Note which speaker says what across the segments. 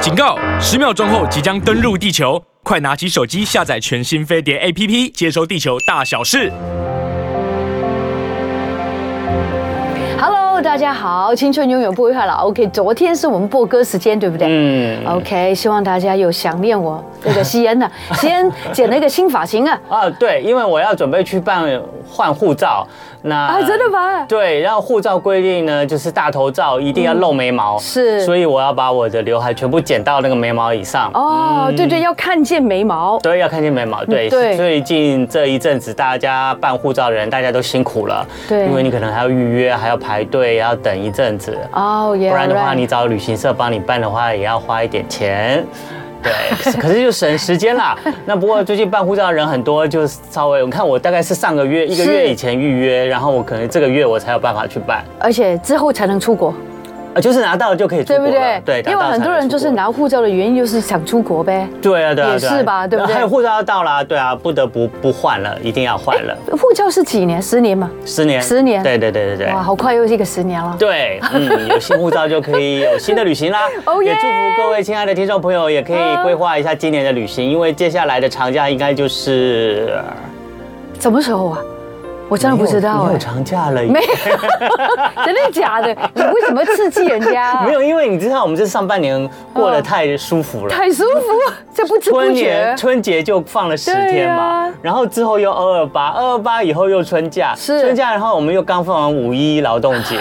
Speaker 1: 警告！十秒钟后即将登陆地球，快拿起手机下载全新飞碟 APP，接收地球大小事。
Speaker 2: Hello，大家好，青春永远不会衰老。OK，昨天是我们播歌时间，对不对？
Speaker 3: 嗯
Speaker 2: OK，希望大家有想念我那个西 恩的，啊西恩剪了一个新发型啊！
Speaker 3: 啊，对，因为我要准备去办换护照，那
Speaker 2: 啊，真的？吗？
Speaker 3: 对，然后护照规定呢，就是大头照一定要露眉毛，
Speaker 2: 嗯是
Speaker 3: 所以我要把我的刘海全部剪到那个眉毛以上。
Speaker 2: 哦，
Speaker 3: 嗯
Speaker 2: 对对，要看见眉毛。
Speaker 3: 对，要看见眉毛。对，
Speaker 2: 嗯对
Speaker 3: 最近这一阵子，大家办护照的人，大家都辛苦了。
Speaker 2: 对
Speaker 3: 因为你可能还要预约，还要排队，要等一阵子。
Speaker 2: 哦，也
Speaker 3: 不然的话，你找旅行社帮你办的话，也要花一点钱。对，可是可 是就省时间啦。那不过最近办护照的人很多，就是稍微，我看我大概是上个月一个月以前预约，然后我可能这个月我才有办法去办，
Speaker 2: 而且之后才能出国，
Speaker 3: 呃，就是拿到了就可以出
Speaker 2: 对不
Speaker 3: 国了
Speaker 2: 对？。
Speaker 3: 拿
Speaker 2: 因为
Speaker 3: 到
Speaker 2: 很
Speaker 3: 才
Speaker 2: 多
Speaker 3: 能
Speaker 2: 人就
Speaker 3: 出
Speaker 2: 是
Speaker 3: 国
Speaker 2: 拿护照的原因就是想出国呗。
Speaker 3: 对啊，对啊，
Speaker 2: 也
Speaker 3: 对啊
Speaker 2: 是吧对不对
Speaker 3: 还有护照要到啦，对啊，不得不不换了，一定要换了。
Speaker 2: 护照是几年？十年嘛？
Speaker 3: 十年，
Speaker 2: 哎十年
Speaker 3: 对对对对对
Speaker 2: 哇，。好快又是一个十年了。
Speaker 3: 对，嗯，有新护照就可以有新的旅 行啦。
Speaker 2: 哦耶
Speaker 3: 也祝福各位亲爱的听众朋友，也可以
Speaker 2: 嗯
Speaker 3: 规划一下今年的旅行，因为接下来的长假应该就是
Speaker 2: 什么时候啊？我真的不知道
Speaker 3: 没有没
Speaker 2: 哎
Speaker 3: 有，长假了，
Speaker 2: 没有，真的假的？你为什么刺激人家啊？
Speaker 3: 没有，因为你知道我们这上半年过得太舒服了。
Speaker 2: 太舒服，这不知不
Speaker 3: 春
Speaker 2: 觉
Speaker 3: 节。春节就放了十天嘛，
Speaker 2: 对呀
Speaker 3: 然后之后又二二八，二二八以后又春假，
Speaker 2: 是
Speaker 3: 春假，然后我们又刚放完五一劳动 节，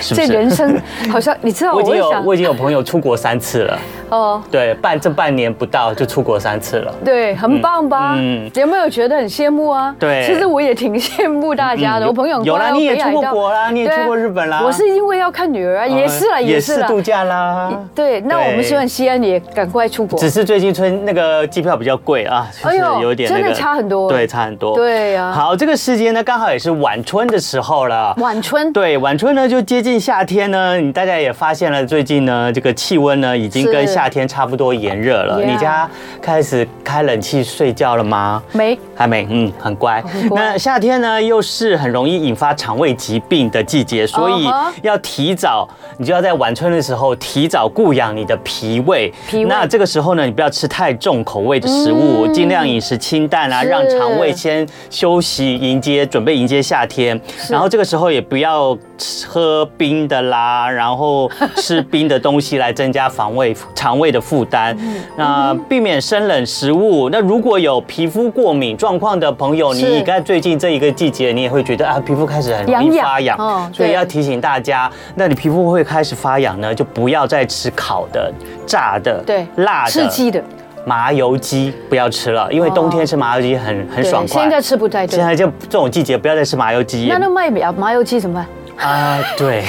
Speaker 3: 是不
Speaker 2: 这
Speaker 3: 是？
Speaker 2: 人生好像你知道，
Speaker 3: 我
Speaker 2: 我
Speaker 3: 已经
Speaker 2: 会
Speaker 3: 有
Speaker 2: 想
Speaker 3: 我已经有朋友出国三次了，
Speaker 2: 哦，
Speaker 3: 对，半这半年不到就出国三次了。
Speaker 2: 对，很棒吧？
Speaker 3: 嗯
Speaker 2: 有没有觉得很羡慕啊？
Speaker 3: 对
Speaker 2: 其实我也挺羡慕大家的。
Speaker 3: 嗯
Speaker 2: 我朋友很
Speaker 3: 有啦
Speaker 2: 乖哦
Speaker 3: 你也
Speaker 2: 北海
Speaker 3: 出过
Speaker 2: 道
Speaker 3: 国啦你也
Speaker 2: 对啊
Speaker 3: 去过日本啦
Speaker 2: 我是因为要看女儿啊，也是啦，
Speaker 3: 呃
Speaker 2: 也是啦。
Speaker 3: 度假啦。
Speaker 2: 对，那我们
Speaker 3: 对
Speaker 2: 希望西安也赶快出国。
Speaker 3: 只是最近春那个机票比较贵啊，就
Speaker 2: 哎
Speaker 3: 是
Speaker 2: 呦
Speaker 3: 有点那个、
Speaker 2: 真的差很多
Speaker 3: 对，差很多。
Speaker 2: 对呀
Speaker 3: 好，这个时间呢，刚好也是晚春的时候了。
Speaker 2: 晚春，
Speaker 3: 对，晚春呢就接近夏天呢，你大家也发现了，最近呢这个气温呢已经
Speaker 2: 是
Speaker 3: 跟夏天差不多炎热了。
Speaker 2: Yeah
Speaker 3: 你家开始开冷气睡觉了吗？
Speaker 2: 没哦
Speaker 3: 还没，嗯，很乖。
Speaker 2: 很乖
Speaker 3: 那夏天呢，又是很容易引发肠胃疾病的季节，所以
Speaker 2: 嗯哼
Speaker 3: 要提早，你就要在晚春的时候提早顾养你的脾胃。
Speaker 2: 脾胃嗯
Speaker 3: 那这个时候呢，你不要吃太重口味的食物，尽量饮食清淡啊，
Speaker 2: 是
Speaker 3: 让肠胃先休息，迎接准备迎接夏天。然后这个时候也不要吃喝冰的啦，然后吃冰的东西来增加防胃肠胃的负担，
Speaker 2: 嗯
Speaker 3: 那避免生冷食物。那如果有皮肤过敏状况的朋友，你
Speaker 2: 是
Speaker 3: 应该最近这一个季节，你也会觉得啊，皮肤开始很容
Speaker 2: 痒
Speaker 3: 易
Speaker 2: 痒
Speaker 3: 发痒
Speaker 2: 哦，
Speaker 3: 所以
Speaker 2: 对
Speaker 3: 要提醒大家，那你皮肤会开始发痒呢，就不要再吃烤的、炸的、
Speaker 2: 对
Speaker 3: 辣的、
Speaker 2: 刺激的，
Speaker 3: 麻油鸡不要吃了，因为冬天吃麻油鸡很很
Speaker 2: 对
Speaker 3: 爽快。
Speaker 2: 现在吃不太对
Speaker 3: 现。在就这种季节不要再吃麻油鸡
Speaker 2: 那那卖表麻油鸡怎么办？
Speaker 3: 啊， 对，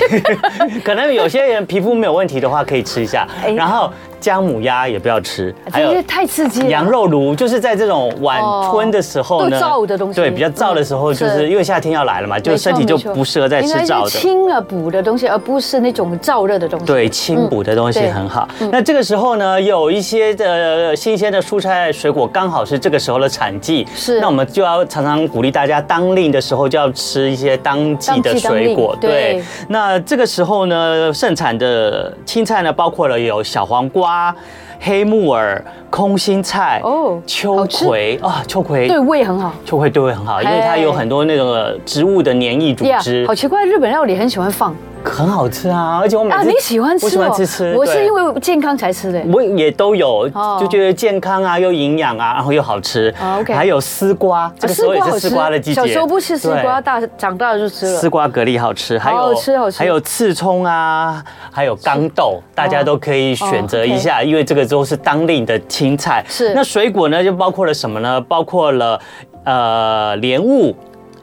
Speaker 3: 可能有些人皮肤没有问题的话可以吃一下
Speaker 2: 哎，啊
Speaker 3: 然后姜母鸭也不要吃，还
Speaker 2: 这
Speaker 3: 有
Speaker 2: 些太刺激了。
Speaker 3: 羊肉炉，就是在这种晚春的时候呢，
Speaker 2: 哦都燥的东西
Speaker 3: 对，比较燥的时候，
Speaker 2: 嗯
Speaker 3: 就是
Speaker 2: 是
Speaker 3: 因为夏天要来了嘛，就
Speaker 2: 没错
Speaker 3: 身体就
Speaker 2: 没错
Speaker 3: 不适合再吃
Speaker 2: 应该
Speaker 3: 燥
Speaker 2: 是
Speaker 3: 的。
Speaker 2: 清了补的东西，而不是那种燥热的东西。
Speaker 3: 对，清补的东
Speaker 2: 嗯
Speaker 3: 西
Speaker 2: 对嗯
Speaker 3: 很好。那这个时候呢，有一些的新鲜的蔬菜水果，刚好是这个时候的产季。
Speaker 2: 是
Speaker 3: 那我们就要常常鼓励大家，当令的时候就要吃一些当季的水果。
Speaker 2: 当季当令对
Speaker 3: 那这个时候呢，盛产的青菜呢，包括了有小黄瓜、黑木耳、空心菜、
Speaker 2: 哦
Speaker 3: 秋
Speaker 2: 好吃
Speaker 3: 葵啊，秋葵
Speaker 2: 对胃很好。
Speaker 3: 秋葵对胃很好，因为它
Speaker 2: 哎
Speaker 3: 有很多那种植物的黏液组
Speaker 2: 呀
Speaker 3: 织
Speaker 2: 好奇怪，日本料理很喜欢放
Speaker 3: 很好吃啊！而且我每次
Speaker 2: 啊！你喜欢吃哦？
Speaker 3: 我喜欢吃吃，
Speaker 2: 我是
Speaker 3: 对嗯
Speaker 2: 因为健康才吃的。
Speaker 3: 我也都有
Speaker 2: 哦，
Speaker 3: 就觉得健康啊，又营养啊，然后又好吃。
Speaker 2: 哦，OK 啊
Speaker 3: 还有丝瓜，这个时候也是丝瓜的季节。
Speaker 2: 小时候不吃丝瓜，
Speaker 3: 对。
Speaker 2: 大长大了就吃了
Speaker 3: 丝。瓜蛤蜊好吃，还有
Speaker 2: 好吃好吃
Speaker 3: 还有刺葱啊，还有豇豆，大家都可以选择一下，因为这个都是当令的青菜。
Speaker 2: 哦是
Speaker 3: 那水果呢，就包括了什么呢？包括了呃莲雾，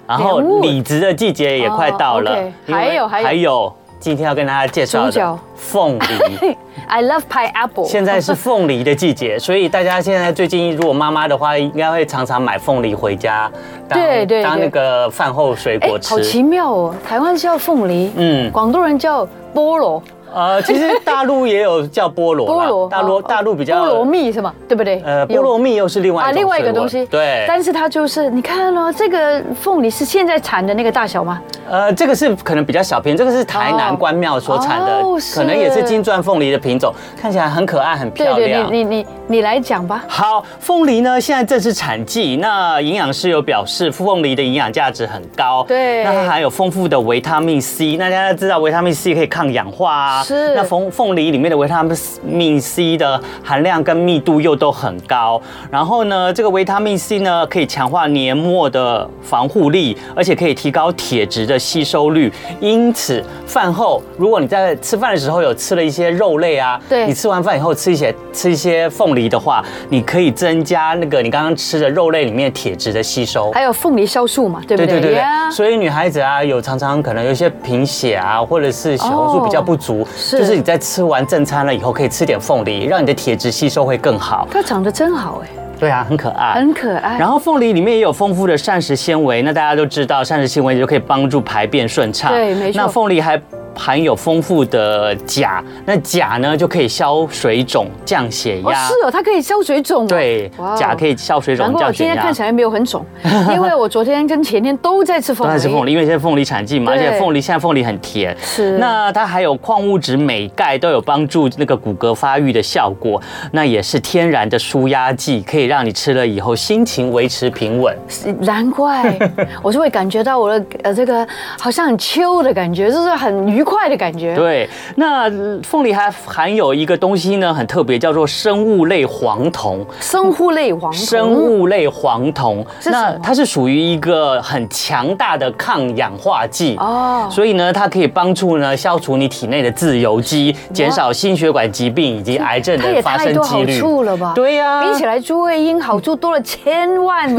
Speaker 3: 然后
Speaker 2: 莲雾
Speaker 3: 李子的季节也快到了
Speaker 2: 哦，OK，，
Speaker 3: 因为
Speaker 2: 还有还有
Speaker 3: 还有今天要跟大家介绍
Speaker 2: 猪脚
Speaker 3: 的凤梨。
Speaker 2: I love pineapple。
Speaker 3: 现在是凤梨的季节，所以大家现在最近如果妈妈的话，应该会常常买凤梨回家当
Speaker 2: 对对
Speaker 3: 当
Speaker 2: 对
Speaker 3: 那个饭后水
Speaker 2: 哎
Speaker 3: 果
Speaker 2: 好
Speaker 3: 吃。
Speaker 2: 奇妙哦！台湾叫凤梨，
Speaker 3: 嗯
Speaker 2: 嗯，广东人叫菠萝，
Speaker 3: 呃，其实大陆也有叫菠萝啦，
Speaker 2: 菠萝，
Speaker 3: 大陆
Speaker 2: 哦
Speaker 3: 大陆比较
Speaker 2: 菠萝蜜是吗？对不对？
Speaker 3: 呃，菠
Speaker 2: 有
Speaker 3: 萝蜜又是另外一
Speaker 2: 啊，
Speaker 3: 种
Speaker 2: 另外一个
Speaker 3: 水果
Speaker 2: 东西，
Speaker 3: 对，
Speaker 2: 但是它就是你看哦，这个凤梨是现在产的那个大小吗？
Speaker 3: 呃，这个是可能比较小品，这个是台南
Speaker 2: 哦
Speaker 3: 关庙所产的，
Speaker 2: 哦
Speaker 3: 可能也是
Speaker 2: 是
Speaker 3: 金钻凤梨的品种，看起来很可爱，很
Speaker 2: 对
Speaker 3: 漂
Speaker 2: 对
Speaker 3: 亮，。
Speaker 2: 你你你你来讲吧。
Speaker 3: 好，凤梨呢，现在正是产季。那营养师有表示，凤梨的营养价值很高，
Speaker 2: 对
Speaker 3: 那它含有丰富的维他命 C。那大家知道，维他命 C 可以抗氧化啊。
Speaker 2: 是
Speaker 3: 那凤凤梨里面的维他命 C 的含量跟密度又都很高。然后呢，这个维他命 C 呢，可以强化黏膜的防护力，而且可以提高铁质的吸收率。因此，饭后如果你在吃饭的时候有吃了一些肉类啊，
Speaker 2: 对
Speaker 3: 你吃完饭以后吃一些吃一些凤梨的话，你可以增加那个你刚刚吃的肉类里面铁质的吸收。
Speaker 2: 还有凤梨酵素哎嘛，对不
Speaker 3: 对
Speaker 2: 对？
Speaker 3: 对对对
Speaker 2: Yeah
Speaker 3: 所以女孩子啊，有常常可能有一些贫血啊，或者是血红素
Speaker 2: 哦
Speaker 3: 比较不足，
Speaker 2: 是
Speaker 3: 就是你在吃完正餐了以后，可以吃点凤梨，让你的铁质吸收会更好。
Speaker 2: 它长得真好哎，
Speaker 3: 对啊，很可爱。
Speaker 2: 很可爱。
Speaker 3: 然后凤梨里面也有丰富的膳食纤维，那大家都知道，膳食纤维就可以帮助排便顺畅。
Speaker 2: 对没错
Speaker 3: 那凤梨还含有丰富的钾，那钾呢就可以消水肿、降血
Speaker 2: 哦，
Speaker 3: 压。
Speaker 2: 是哦，它可以消水肿哦。
Speaker 3: 对
Speaker 2: 哇，哦
Speaker 3: 钾可以消水
Speaker 2: 难
Speaker 3: 肿、
Speaker 2: 怪我
Speaker 3: 降
Speaker 2: 今
Speaker 3: 血
Speaker 2: 天
Speaker 3: 压
Speaker 2: 看。起来没有很 肿，因为我昨天跟前天都在吃凤
Speaker 3: 当
Speaker 2: 梨。
Speaker 3: 然是凤梨，因为现在凤梨产季嘛，而
Speaker 2: 对
Speaker 3: 且凤梨现在凤梨很甜。
Speaker 2: 是
Speaker 3: 那它还有矿物质镁、钙都有帮助那个骨骼发育的效果，那也是天然的舒压剂，可以让你吃了以后心情维持平稳。
Speaker 2: 是难 怪我就会感觉到我的呃这个好像很秋的感觉，就是很愉快的感觉。
Speaker 3: 对，那呃凤梨还含有一个东西呢，很特别，叫做生物类黄酮。
Speaker 2: 生物类黄酮
Speaker 3: 生物类黄酮，
Speaker 2: 是什
Speaker 3: 那
Speaker 2: 么
Speaker 3: 它是属于一个很强大的抗氧化剂
Speaker 2: 哦
Speaker 3: 所以呢，它可以帮助呢消除你体内的自由基，减少心血管疾病以及癌症
Speaker 2: 它也
Speaker 3: 的发
Speaker 2: 太
Speaker 3: 生
Speaker 2: 多
Speaker 3: 几
Speaker 2: 好
Speaker 3: 率。
Speaker 2: 处了吧？
Speaker 3: 对呀、
Speaker 2: 比起来朱慧英好处多了千 万，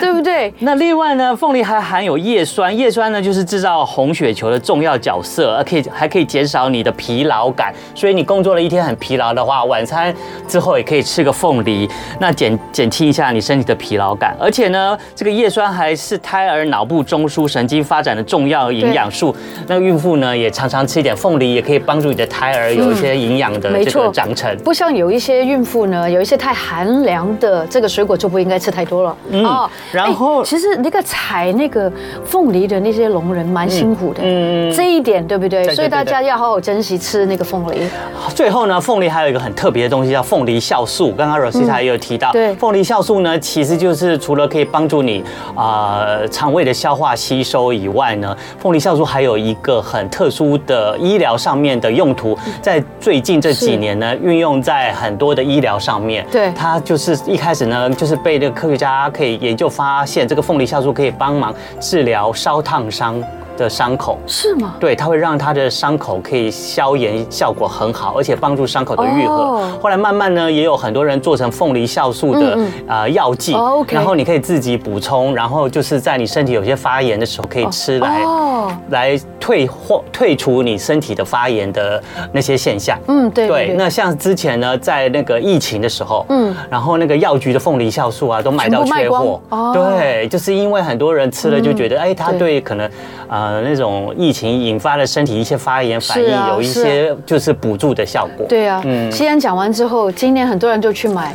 Speaker 2: 对不对？
Speaker 3: 那另外呢，凤梨还含有叶酸，叶酸呢就是制造红血球的重要角色，而可以还可以减少你的疲劳感。所以你工作了一天很疲劳的话，晚餐之后也可以吃个凤梨，那减减轻一下你身体的疲劳感。而且呢，这个叶酸还是胎儿脑部中枢神经发展的重要营养素。那孕妇呢也常常吃一点凤梨，也可以帮助你的胎儿有一些营养的
Speaker 2: 没
Speaker 3: 这
Speaker 2: 错
Speaker 3: 个长成。
Speaker 2: 不像有一些孕妇呢，有一些太寒凉的这个水果就不应该吃太多了。
Speaker 3: 嗯然后
Speaker 2: 哎其实那个采那个凤梨的那些农人蛮辛苦的，
Speaker 3: 嗯
Speaker 2: 这一点对不对？
Speaker 3: 对对
Speaker 2: 所以大
Speaker 3: 对对
Speaker 2: 家要好好珍惜吃那个凤梨。
Speaker 3: 最后呢，凤梨还有一个很特别的东西叫凤梨酵素，刚刚 Rosita 也有提到，
Speaker 2: 嗯对
Speaker 3: 凤梨酵素呢，其实就是除了可以帮助你啊、呃肠胃的消化吸收以外呢，凤梨酵素还有一个很特殊的医疗上面的用途，在最近这
Speaker 2: 嗯是
Speaker 3: 几年呢，运用在很多的医疗上面，
Speaker 2: 对
Speaker 3: 它就是一开始呢，就是被这个科学家可以研究发现，这个凤梨酵素可以帮忙治疗烧烫伤的伤口。
Speaker 2: 是吗？
Speaker 3: 对，它会让它的伤口可以消炎，效果很好，而且帮助伤口的愈合。
Speaker 2: 哦
Speaker 3: 后来慢慢呢，也有很多人做成凤梨酵素的
Speaker 2: 嗯
Speaker 3: 呃药剂，
Speaker 2: 哦，OK
Speaker 3: 然后你可以自己补充，然后就是在你身体有些发炎的时候可以吃来。
Speaker 2: 哦，
Speaker 3: 来退或退除你身体的发炎的那些现象。
Speaker 2: 嗯，对
Speaker 3: 对，那像之前呢，在那个疫情的时候，
Speaker 2: 嗯
Speaker 3: 嗯，然后那个药局的凤梨酵素啊，都卖到
Speaker 2: 全
Speaker 3: 缺
Speaker 2: 部卖
Speaker 3: 货
Speaker 2: 光哦。嗯
Speaker 3: 对，就是因为很多人吃了就觉得，哎，它
Speaker 2: 对
Speaker 3: 对可能呃那种疫情引发的身体一些发炎反
Speaker 2: 是啊
Speaker 3: 应有一
Speaker 2: 是啊
Speaker 3: 些就是补助的效果。
Speaker 2: 对啊，
Speaker 3: 嗯
Speaker 2: 西安讲完之后，今年很多人就去 买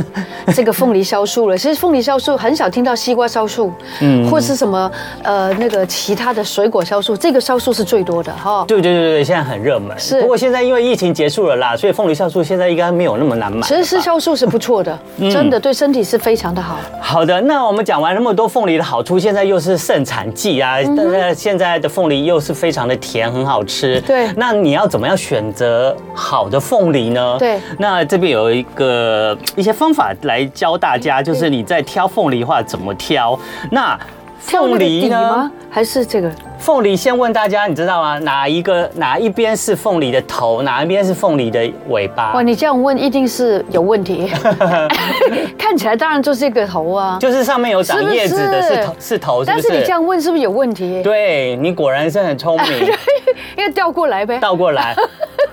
Speaker 2: 这个凤梨酵素了。其实凤梨酵素很少听到西瓜酵素，嗯，或是什么呃那个其他的水果酵素，这个酵素是最多的哈。
Speaker 3: 对对对对，现在很热门。
Speaker 2: 是
Speaker 3: 不过现在因为疫情结束了啦，所以凤梨酵素现在应该没有那么难买了吧。嗯
Speaker 2: 其实吃酵素是不错 的，真的对身体是非常的好。
Speaker 3: 好的，那我们讲完那么多凤梨的好处，现在又是盛产季啊，
Speaker 2: 嗯
Speaker 3: 但是现在的凤梨又是非常的甜，很好吃。
Speaker 2: 对
Speaker 3: 那你要怎么样选择好的凤梨呢？
Speaker 2: 对
Speaker 3: 那这边有一个呃一些方法来教大家，
Speaker 2: 嗯
Speaker 3: 就是你在挑凤梨的话怎么挑。那
Speaker 2: 跳那
Speaker 3: 凤
Speaker 2: 个
Speaker 3: 梨
Speaker 2: 底
Speaker 3: 呢
Speaker 2: 吗？？还是这个？
Speaker 3: 凤梨先问大家，你知道吗？哪一个哪一边是凤梨的头，哪一边是凤梨的尾巴？
Speaker 2: 哇，你这样问一定是有问 题。 看起来当然就是一个头啊，
Speaker 3: 就是上面有长
Speaker 2: 是不是
Speaker 3: 叶子的是头，是头，是不
Speaker 2: 但
Speaker 3: 是？
Speaker 2: 是你这样问是不是有问题？
Speaker 3: 对你果然是很聪明。
Speaker 2: 应该调过来呗。
Speaker 3: 倒过来。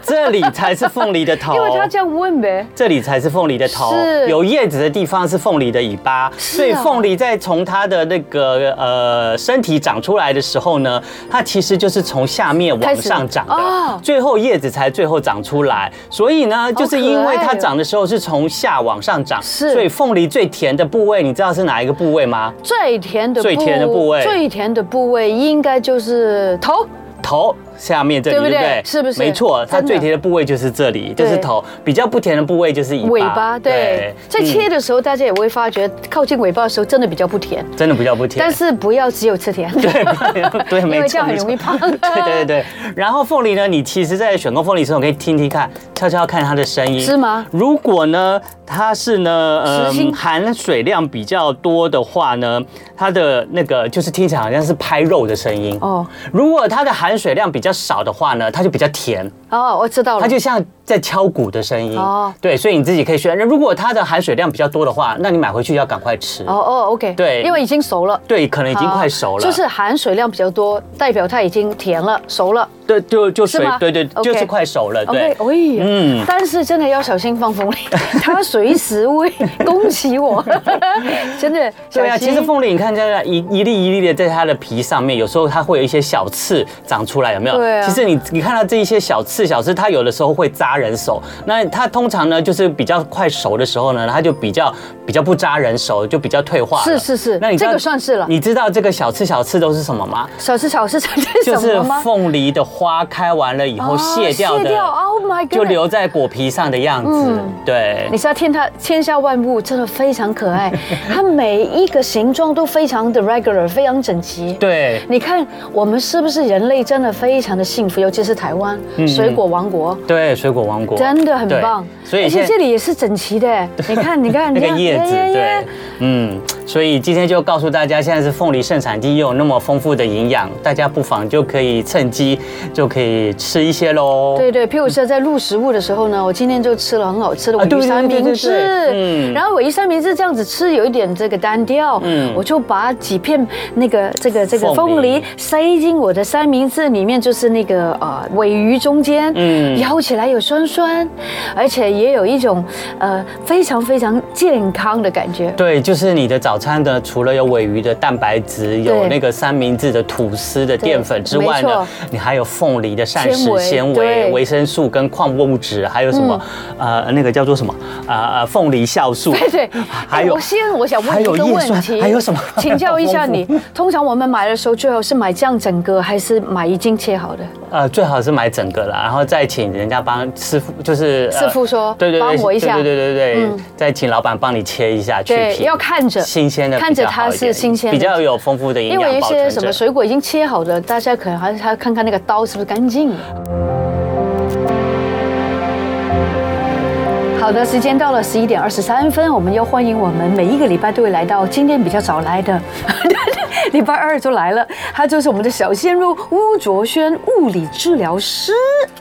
Speaker 3: 这里才是凤梨的头，
Speaker 2: 因为他这样问呗。
Speaker 3: 这里才是凤梨的头
Speaker 2: 是，啊
Speaker 3: 有叶子的地方是凤梨的尾巴，所以凤梨在从它的那个呃身体长出来的时候呢，它其实就是从下面往上长的，
Speaker 2: 开始哦
Speaker 3: 最后叶子才最后长出来。所以呢，就是因为
Speaker 2: 好可
Speaker 3: 它
Speaker 2: 爱哦
Speaker 3: 长的时候是从下往上长，
Speaker 2: 是
Speaker 3: 所以凤梨最甜的部位，你知道是哪一个部位吗？
Speaker 2: 最甜的
Speaker 3: 最甜的部位
Speaker 2: 最甜的部位应该就是头。
Speaker 3: 头下面这里，
Speaker 2: 对
Speaker 3: 对
Speaker 2: 不
Speaker 3: 不
Speaker 2: 对
Speaker 3: 对？
Speaker 2: 是不是
Speaker 3: 没错，它
Speaker 2: 真的
Speaker 3: 最甜的部位就是这里，就是头。比较不甜的部位就是尾巴。
Speaker 2: 尾巴对，在
Speaker 3: 嗯
Speaker 2: 切的时候，大家也会发觉，靠近尾巴的时候真的比较不甜，
Speaker 3: 真的比较不甜。
Speaker 2: 但是不要只有吃甜，
Speaker 3: 对 不对对，没错，
Speaker 2: 因为这样很容易
Speaker 3: 没错
Speaker 2: 胖啊
Speaker 3: 对对对对。然后凤梨呢，你其实，在选购凤梨的时候，可以听听看，悄悄看它的声音，
Speaker 2: 是吗
Speaker 3: 如果呢，它是呢，嗯
Speaker 2: 实心
Speaker 3: 含水量比较多的话呢，它的那个就是听起来好像是拍肉的声音哦
Speaker 2: 哦。
Speaker 3: 如果它的含水量比较少的话呢，它就比较甜，
Speaker 2: 哦，我知道
Speaker 3: 它
Speaker 2: 了，
Speaker 3: 就像在敲鼓的声音哦
Speaker 2: 哦。
Speaker 3: 对，所以你自己可以选。如果它的含水量比较多的话，那你买回去要赶快吃
Speaker 2: 哦。哦，OK，
Speaker 3: 对
Speaker 2: 因为已经熟了，
Speaker 3: 对，可能已
Speaker 2: 已
Speaker 3: 经快熟了，
Speaker 2: 就是含水量比较多，代表它已经甜了，熟了。
Speaker 3: 对，就就水
Speaker 2: 是吗，
Speaker 3: 对对，
Speaker 2: OK
Speaker 3: 就是快熟了，对
Speaker 2: OK，。哎呀，
Speaker 3: 嗯
Speaker 2: 嗯，但是真的要小心放风铃，它随时会 攻击 我，真的。
Speaker 3: 对啊，
Speaker 2: 小心
Speaker 3: 其实凤梨你看这样一一粒一粒的在它的皮上面，有时候它会有一些小刺长出来，有没有？
Speaker 2: 对啊
Speaker 3: 其实你你看到这一些小刺小刺，它有的时候会扎人手。那它通常呢，就是比较快熟的时候呢，它就比较比较不扎人手，就比较退化了。
Speaker 2: 是是是
Speaker 3: 那你知道
Speaker 2: 这个算是了
Speaker 3: 你知道这个小刺小刺都是什么吗？
Speaker 2: 小吃小吃这
Speaker 3: 就
Speaker 2: 这什
Speaker 3: 是
Speaker 2: 么吗？
Speaker 3: 凤梨的花开完了以后
Speaker 2: 哦嗯
Speaker 3: 卸掉
Speaker 2: 卸
Speaker 3: 的，
Speaker 2: 掉，Oh my god！
Speaker 3: 就留在果皮上的样子。对
Speaker 2: 你，知道天它天下万物真的非常可 爱，它每一个形状都非常的 regular，非常整齐。
Speaker 3: 对。
Speaker 2: 你看我们是不是人类真的非常的幸福，尤其是台湾、
Speaker 3: 嗯
Speaker 2: 水果王国。
Speaker 3: 对，水果王国
Speaker 2: 真的很
Speaker 3: 对
Speaker 2: 棒，
Speaker 3: 所以
Speaker 2: 而且
Speaker 3: 现
Speaker 2: 这
Speaker 3: 在
Speaker 2: 里也是整齐的，你看，你看， 你
Speaker 3: 那个
Speaker 2: 看
Speaker 3: 叶子，
Speaker 2: 耶耶
Speaker 3: 对
Speaker 2: 耶，
Speaker 3: 嗯，所以今天就告诉大家，现在是凤梨盛产地，又有那么丰富的营养，大家不妨就可以趁机就可以吃一些喽。
Speaker 2: 对对，譬如说在录食物的时候呢，我今天就吃了很好吃的
Speaker 3: 啊对
Speaker 2: 尾鱼三明治
Speaker 3: 对对对对对，嗯
Speaker 2: 然后尾鱼三明治这样子吃有一点这个单调，
Speaker 3: 嗯
Speaker 2: 我就把几片那个这个这个
Speaker 3: 凤
Speaker 2: 凤
Speaker 3: 梨
Speaker 2: 梨塞进我的三明治里面，就是那个呃尾鱼中间，
Speaker 3: 嗯
Speaker 2: 嗯，咬起来有酸酸，而且也有一种呃非常非常健康的感觉。
Speaker 3: 对，就是你的早餐呢，除了有尾鱼的蛋白质，有
Speaker 2: 对
Speaker 3: 那个三明治的吐司的淀粉之外
Speaker 2: 没
Speaker 3: 呢
Speaker 2: 错，
Speaker 3: 你还有凤梨的膳食
Speaker 2: 纤维
Speaker 3: 纤维、
Speaker 2: 对
Speaker 3: 维生素跟矿物质，还有什么呃那个叫做什么呃呃凤梨酵素，
Speaker 2: 对对，
Speaker 3: 还
Speaker 2: 哎
Speaker 3: 有
Speaker 2: 我先我想
Speaker 3: 还
Speaker 2: 问你
Speaker 3: 有
Speaker 2: 一个
Speaker 3: 叶酸
Speaker 2: 问题，
Speaker 3: 还有什么
Speaker 2: 请教一下你
Speaker 3: 好丰，
Speaker 2: 通常我们买的时候，最后是买这样整个，还是买已经切好的？
Speaker 3: 呃，最好是买整个啦，然后再请人家帮师傅，就是呃
Speaker 2: 师傅说
Speaker 3: 对对对，
Speaker 2: 帮我一下
Speaker 3: 对对对对对
Speaker 2: 嗯
Speaker 3: 再请老板帮你切一下去
Speaker 2: 对
Speaker 3: 皮，
Speaker 2: 要看着
Speaker 3: 新鲜的比较好一
Speaker 2: 看
Speaker 3: 点，
Speaker 2: 着它是新鲜的
Speaker 3: 比较有丰富的营
Speaker 2: 因
Speaker 3: 养
Speaker 2: 为有一
Speaker 3: 保存
Speaker 2: 些什么
Speaker 3: 着
Speaker 2: 水果已经切好的，大家可能还还要看看那个刀是不是干净的。好的，时间到了十一点二十三分，我们要欢迎我们每一个礼拜都会来到，今天比较早来的， 礼拜二就来了，他就是我们的小鲜肉巫卓轩物理治疗师，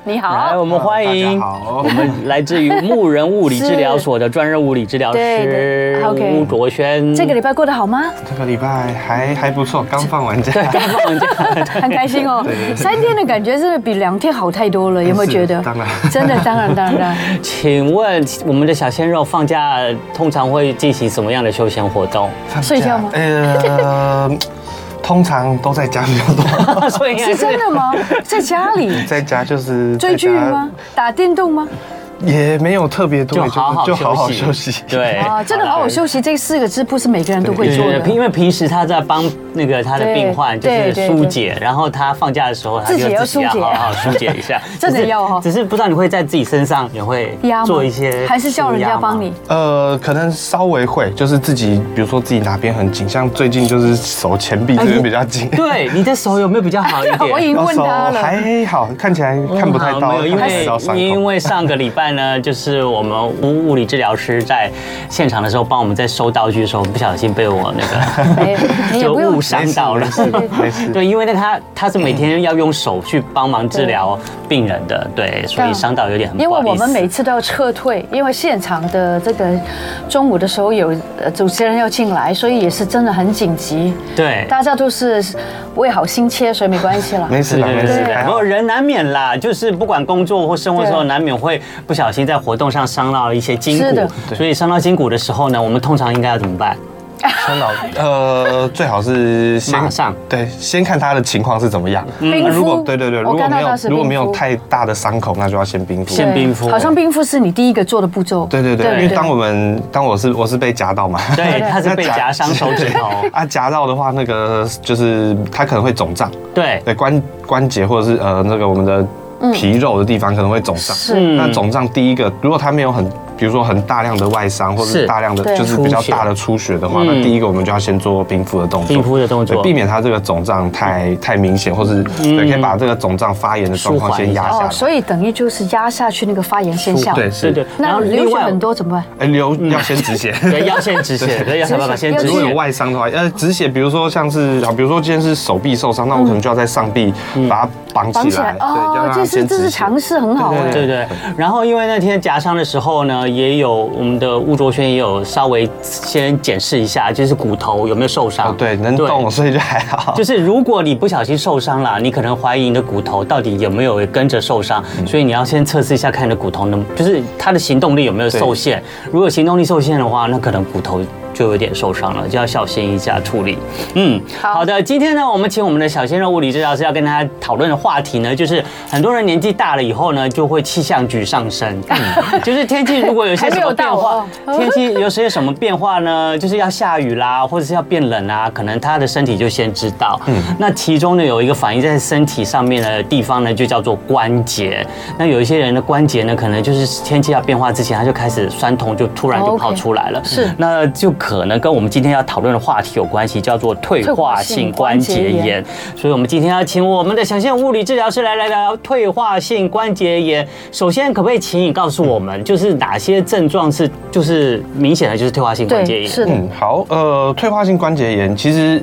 Speaker 2: 你
Speaker 3: 来，
Speaker 2: 好
Speaker 3: 我。们欢迎
Speaker 4: 嗯大家
Speaker 3: 我
Speaker 4: 好
Speaker 3: 们来自于牧人物理治疗所的专任物理治疗
Speaker 2: 对
Speaker 3: 师
Speaker 2: 对，OK
Speaker 3: 巫卓轩。
Speaker 2: 这个礼拜过得好 吗？
Speaker 4: 这个礼拜还还不错，刚放完假，
Speaker 3: 刚放完假
Speaker 2: 很开心哦，三天的感觉真的比两天好太多了，有没有
Speaker 4: 是
Speaker 2: 觉得？
Speaker 4: 当然
Speaker 2: 真的当然当然当然。
Speaker 3: 请问我们的小鲜肉放假通常会进行什么样的休闲活动？
Speaker 4: 放假
Speaker 2: 睡觉吗
Speaker 4: 呃，通常都在家比较 多，
Speaker 3: 所以
Speaker 2: 是真的吗？在家里
Speaker 4: 在家就是
Speaker 2: 追
Speaker 4: 在家
Speaker 2: 剧吗？打电动吗？
Speaker 4: 也没有特别多，
Speaker 3: 就
Speaker 4: 也是
Speaker 3: 好好
Speaker 4: 就好好
Speaker 3: 休
Speaker 4: 休
Speaker 3: 息
Speaker 4: 息。，
Speaker 3: 对
Speaker 2: 啊，真的好好休息这四个字不是每个人都会
Speaker 4: 对
Speaker 2: 做
Speaker 3: 哎对，
Speaker 2: 的。
Speaker 3: 因为平时他在帮那个他的病患就
Speaker 2: 对
Speaker 3: 是
Speaker 2: 对对
Speaker 3: 疏解，然后他放假的时候他就
Speaker 2: 自己也要
Speaker 3: 自己要
Speaker 2: 疏解
Speaker 3: 好好疏解一下，
Speaker 2: 真的
Speaker 3: 只是
Speaker 2: 要哦
Speaker 3: 只是不知道你会在自己身上也会
Speaker 2: 压吗
Speaker 3: 做一些，
Speaker 2: 还是叫人家帮你？？
Speaker 4: 呃，可能稍微会，就是自己，比如说自己哪边很紧，像最近就是手前臂这边比较紧，
Speaker 3: 对，你的手有没有比较好一
Speaker 2: 我已经
Speaker 3: 点？
Speaker 4: 然后
Speaker 2: 哎问
Speaker 4: 手
Speaker 2: 他了，
Speaker 4: 还好，看起来
Speaker 2: 哦
Speaker 4: 看不太
Speaker 3: 嗯好
Speaker 4: 到，
Speaker 3: 没有，因
Speaker 4: 看不到伤
Speaker 3: 为
Speaker 4: 口
Speaker 3: 因为上个礼拜呢，就是我们物物理治疗师在现场的时候帮我们在收道具的时候，不小心被我那个
Speaker 2: 没有，你也
Speaker 3: 就
Speaker 2: 不用
Speaker 3: 误伤到了
Speaker 4: 没。事没事，
Speaker 3: 对，因为那他他是每天要用手去帮忙治疗病人的，对，所以伤到有点很
Speaker 2: 因
Speaker 3: 不
Speaker 2: 为
Speaker 3: 好意思。
Speaker 2: 我们每次都要撤退，因为现场的这个中午的时候有呃主持人要进来，所以也是真的很紧急。
Speaker 3: 对
Speaker 2: 大家都是为好心切，所以没关系啦。
Speaker 4: 没事啦，没
Speaker 3: 对
Speaker 4: 事
Speaker 3: 对，
Speaker 2: 对
Speaker 4: 还
Speaker 3: 然
Speaker 4: 好
Speaker 3: 后。人难免啦，就是不管工作或生活的时候，
Speaker 2: 对
Speaker 3: 难免会不小心在活动上伤到了一些筋
Speaker 2: 是的
Speaker 3: 骨，所以伤到筋骨的时候呢，我们通常应该要怎么办？
Speaker 4: 伤到 呃，最好是先
Speaker 3: 马上
Speaker 4: 对，先看他的情况是怎么样。
Speaker 2: 冰敷
Speaker 4: 嗯如果对对对，
Speaker 2: 我
Speaker 4: 如果
Speaker 2: 看到
Speaker 4: 没有
Speaker 2: 他是
Speaker 4: 如果
Speaker 2: 冰
Speaker 4: 没有
Speaker 2: 敷
Speaker 4: 太大的伤口，那就要先冰敷。
Speaker 2: 对
Speaker 3: 先冰敷
Speaker 2: 好像冰敷是你第一个做的步骤。
Speaker 4: 对对对，因为
Speaker 2: 对
Speaker 4: 当我们当我是我是被夹到嘛，
Speaker 3: 对，他是被夹伤手指
Speaker 4: ，
Speaker 3: 头
Speaker 4: 啊，夹到的话，那个就是它可能会肿胀，
Speaker 3: 对，
Speaker 4: 对关关节或者是呃那个我们
Speaker 3: 嗯
Speaker 4: 的皮肉的地方可能会肿胀。
Speaker 2: 是
Speaker 4: 那肿胀第一个，如果它没有很，比如说很大量的外伤，或者
Speaker 3: 是
Speaker 4: 是大量的
Speaker 2: 对
Speaker 4: 就是比较大的出血的话，
Speaker 3: 嗯
Speaker 4: 那第一个我们就要先做冰敷的动作，
Speaker 3: 冰敷的动作嗯
Speaker 4: 对避免它这个肿胀太太明显，或是对可以把这个肿胀发炎的状况
Speaker 3: 舒缓
Speaker 4: 先
Speaker 3: 一下
Speaker 4: 压下
Speaker 2: 哦，
Speaker 4: 来。
Speaker 2: 所以等于就是压下去那个发炎现象。
Speaker 4: 对，
Speaker 3: 对
Speaker 4: 是
Speaker 3: 对
Speaker 4: 的，。
Speaker 2: 那流血
Speaker 3: 我
Speaker 2: 很多怎么办？
Speaker 4: 哎，流要先 止血。
Speaker 3: 对，要先止 血，对，要想办法先止
Speaker 4: 如果有
Speaker 3: 血。
Speaker 4: 外伤的话，呃，止血，比如说像是，啊比如说今天是手臂受伤，那我可能就要在上臂
Speaker 3: 嗯
Speaker 4: 把它绑
Speaker 2: 绑
Speaker 4: 起
Speaker 2: 起
Speaker 4: 来，
Speaker 2: 来
Speaker 4: 对，就让
Speaker 2: 哦，
Speaker 4: 它
Speaker 2: 这是
Speaker 4: 先
Speaker 2: 这
Speaker 4: 止
Speaker 2: 是
Speaker 4: 血。
Speaker 2: 尝试，很好哎。
Speaker 3: 对对，然后因为那天夹伤的时候呢，也有我们的吴卓轩也有稍微先检视一下，就是骨头有没有受伤
Speaker 4: 哦，，对，能动，所以就还好。
Speaker 3: 就是如果你不小心受伤了，你可能怀疑你的骨头到底有没有跟着受伤，所以你要先测试一下看你的骨头能，就是它的行动力有没有受限。如果行动力受限的话，那可能骨头。就有点受伤了，就要小心一下处理。嗯，
Speaker 2: 好
Speaker 3: 好的，今天呢，我们请我们的小鲜肉物理治疗师要跟大家讨论的话题呢，就是很多人年纪大了以后呢，就会气象局 上升，嗯就是天气如果有些什
Speaker 2: 还没
Speaker 3: 么
Speaker 2: 有
Speaker 3: 变
Speaker 2: 到
Speaker 3: 化
Speaker 2: 哦，
Speaker 3: 天气有些什么变化呢？就是要下雨啦，或者是要变冷啊，可能他的身体就先知道。
Speaker 2: 嗯
Speaker 3: 那其中呢有一个反映在身体上面的地方呢，就叫做关节。那有一些人的关节呢，可能就是天气要变化之前，他就开始酸痛，就突然就
Speaker 2: 哦
Speaker 3: 跑
Speaker 2: ，OK
Speaker 3: 出来了。
Speaker 4: 嗯
Speaker 2: 是
Speaker 3: 那就可能跟我们今天要讨论的话题有关系，叫做退化性关节
Speaker 2: 退化性关节
Speaker 3: 炎
Speaker 2: 炎。
Speaker 3: 所以我们今天要请我们的小县物理治疗师来来聊退化性关节炎。首先，可不可以请你告诉我们，就是哪些症状是就是明显的就是退化性关节
Speaker 2: 对，
Speaker 3: 炎？
Speaker 2: 是的。
Speaker 4: 嗯，好，呃，退化性关节炎其实。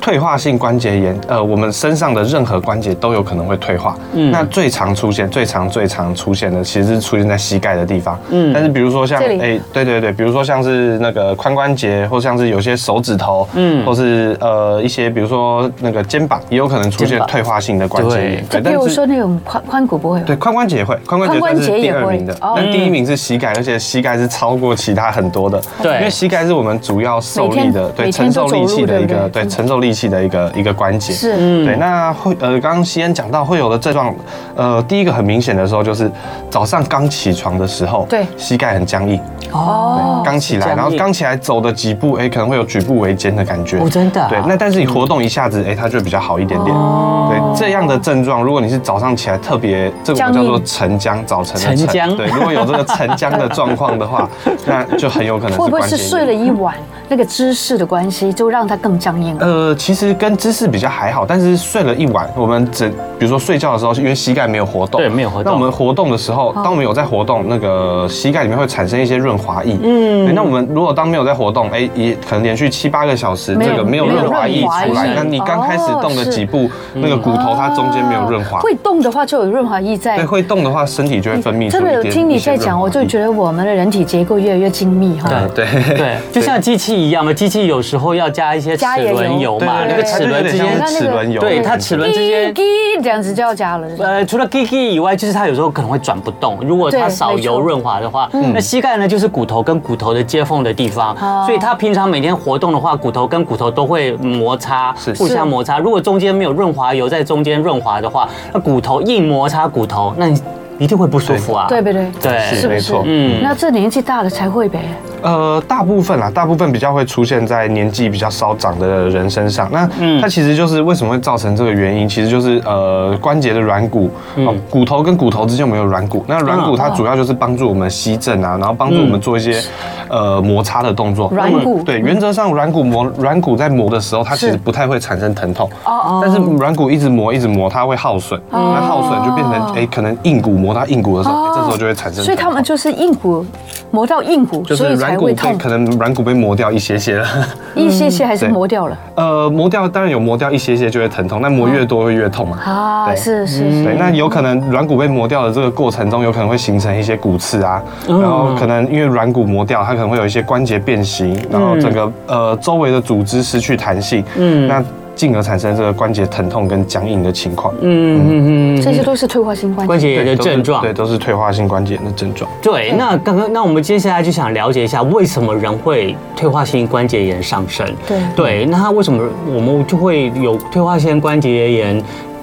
Speaker 4: 退化性关节炎，呃，我们身上的任何关节都有可能会退化。
Speaker 3: 嗯
Speaker 4: 那最常出现、最常、最常出现的，其实是出现在膝盖的地方。
Speaker 3: 嗯
Speaker 4: 嗯，但是比如说像，
Speaker 2: 这里
Speaker 4: 哎、对对对，比如说像是那个髋关节，或像是有些手指头，
Speaker 3: 嗯
Speaker 4: 嗯，或是呃一些，比如说那个肩膀，也有可能出
Speaker 3: 肩
Speaker 4: 现
Speaker 3: 膀
Speaker 4: 退化性的关节炎。
Speaker 2: 就
Speaker 4: 对
Speaker 2: 比
Speaker 4: 但
Speaker 2: 如
Speaker 4: 是
Speaker 2: 说那种髋髋骨不会有。
Speaker 4: 对，髋关节也会，髋关节
Speaker 2: 髋关
Speaker 4: 算
Speaker 2: 节
Speaker 4: 是第
Speaker 2: 也
Speaker 4: 二
Speaker 2: 会
Speaker 4: 名的，
Speaker 2: 哦
Speaker 4: 但第一名是膝盖，而且膝盖是超过其他很多的。
Speaker 3: 对
Speaker 4: 因为膝盖是我们主要受力的，
Speaker 2: 每天每
Speaker 4: 对，
Speaker 2: 天
Speaker 4: 承
Speaker 2: 都
Speaker 4: 受力气的
Speaker 2: 走
Speaker 4: 一
Speaker 2: 路对
Speaker 4: 个，
Speaker 2: 不对嗯
Speaker 4: 对，承受力气的一个一个关节。
Speaker 2: 是
Speaker 4: 对，
Speaker 3: 嗯
Speaker 4: 那会呃，刚刚西恩讲到会有的症状，呃，第一个很明显的时候就是早上刚起床的时候，
Speaker 2: 对
Speaker 4: 膝盖很僵硬，
Speaker 2: 哦，
Speaker 4: 刚起
Speaker 3: 是
Speaker 4: 来，
Speaker 3: 僵
Speaker 4: 然后
Speaker 3: 硬
Speaker 4: 刚起来走的几步，哎，可能会有举步维艰的感觉。
Speaker 3: 哦，真的啊、哦
Speaker 4: 对，那但是你活动一下子，哎、它就比较好一点点。
Speaker 2: 哦
Speaker 4: 对，这样的症状，如果你是早上起来特别，这个我们叫做晨僵，早晨的
Speaker 3: 晨僵
Speaker 4: 对，如果有这个晨僵的状况的话，那就很有可能是
Speaker 2: 会不会
Speaker 4: 关
Speaker 2: 是
Speaker 4: 节
Speaker 2: 睡
Speaker 4: 炎。
Speaker 2: 了一晚，那个姿势的关系，就让它更僵硬了？
Speaker 4: 呃，其实跟姿势比较还好，但是睡了一晚，我们整，比如说睡觉的时候，因为膝盖没有活动，
Speaker 3: 对没有活动
Speaker 4: 那我们活动的时
Speaker 2: 哦
Speaker 4: 候，当我们有在活动，那个膝盖里面会产生一些润滑液。嗯，那我们如果当没有在活动，哎，也可能连续七八个小时，
Speaker 2: 没有
Speaker 4: 这个没有
Speaker 2: 没有
Speaker 4: 润滑液
Speaker 2: 润滑
Speaker 4: 出来
Speaker 2: 液，
Speaker 4: 那你刚开始动
Speaker 2: 哦
Speaker 4: 的
Speaker 2: 是
Speaker 4: 几步，那个骨嗯头它中间没有润滑
Speaker 2: 哦，会动的话就有润滑液在
Speaker 4: 对，。会动的话，身体就会分泌出
Speaker 2: 特
Speaker 4: 一
Speaker 2: 别有嗯
Speaker 4: 点。
Speaker 2: 听你在讲，我就觉得我们的人体结构越来越精密哈。
Speaker 4: 对对
Speaker 3: 对，就像机器一样嘛，机器有时候要加一些齿
Speaker 2: 加盐
Speaker 3: 轮
Speaker 2: 油
Speaker 3: 油嘛，
Speaker 2: 对
Speaker 3: 那
Speaker 4: 对
Speaker 3: 个
Speaker 4: 对，
Speaker 3: 齿轮之
Speaker 2: 像
Speaker 3: 间
Speaker 2: 那个
Speaker 4: 齿轮油，
Speaker 3: 对它齿轮之间
Speaker 2: 滴滴这样子就要加了。
Speaker 3: 呃，除了 Gigi 以外，就是它有时候可能会转不动。如果它
Speaker 2: 对
Speaker 3: 少
Speaker 2: 没错嗯
Speaker 3: 油润滑的话，那膝盖呢就是骨头跟骨头的接缝的地方，
Speaker 2: 哦
Speaker 3: 所以它平常每天活动的话，骨头跟骨头都会摩擦，
Speaker 4: 是
Speaker 3: 互
Speaker 2: 是
Speaker 3: 相摩擦。如果中间没有润滑油在中间润滑的话，那骨头硬摩擦骨头，那你一定会不舒服啊。
Speaker 2: 对不对？
Speaker 3: 对
Speaker 4: 是
Speaker 2: 是不
Speaker 4: 没
Speaker 2: 是
Speaker 4: 错？
Speaker 3: 嗯
Speaker 2: 那这年纪大了才会呗。
Speaker 4: 呃，大部分啦，大部分比较会出现在年纪比较稍长的人身上。那
Speaker 3: 嗯
Speaker 4: 它其实就是为什么会造成这个原因，其实就是呃关节的软骨，哦骨头跟骨头之间有没有软骨？那软骨它主要就是帮助我们吸震啊，然后帮助我们做一些呃摩擦的动作。
Speaker 2: 软骨
Speaker 4: 对，原则上软骨磨软骨在磨的时候，它其
Speaker 2: 是
Speaker 4: 实不太会产生疼痛。
Speaker 2: 哦哦
Speaker 4: 但是软骨一直磨一直磨，它会耗损，那耗损就变成哎可能硬骨磨到硬骨的时候，哎这时候就会产生疼痛。
Speaker 2: 所以他们就是硬骨磨到硬骨，
Speaker 4: 就
Speaker 2: 所
Speaker 4: 是
Speaker 2: 以
Speaker 4: 软
Speaker 2: 才
Speaker 4: 骨
Speaker 2: 会
Speaker 4: 被
Speaker 2: 痛。
Speaker 4: 可能嗯软骨被磨掉一些些了，
Speaker 2: 一些些还是磨掉了
Speaker 4: 呃，磨掉当然有磨掉一些些就会疼痛，但磨越多会越痛嘛。
Speaker 2: 啊，
Speaker 4: 对嗯
Speaker 2: 是是是，
Speaker 4: 对，那有可能软骨被磨掉的这个过程中，有可能会形成一些骨刺啊，然后可能因为软骨磨掉，它可能会有一些关节变形，然后整个呃周围的组织失去弹性，
Speaker 3: 嗯
Speaker 4: 嗯，那进而产生这个关节疼痛跟僵硬的情况。
Speaker 3: 嗯嗯嗯，
Speaker 2: 这些都是退化性关节
Speaker 3: 关节炎
Speaker 4: 对
Speaker 3: 的
Speaker 4: 都是
Speaker 3: 症状
Speaker 4: 对，。都是退化性关节炎的症状。
Speaker 3: 对，那刚刚那我们接下来就想了解一下，为什么人会退化性关节炎上升？
Speaker 2: 对
Speaker 3: 对，那它为什么我们就会有退化性关节炎？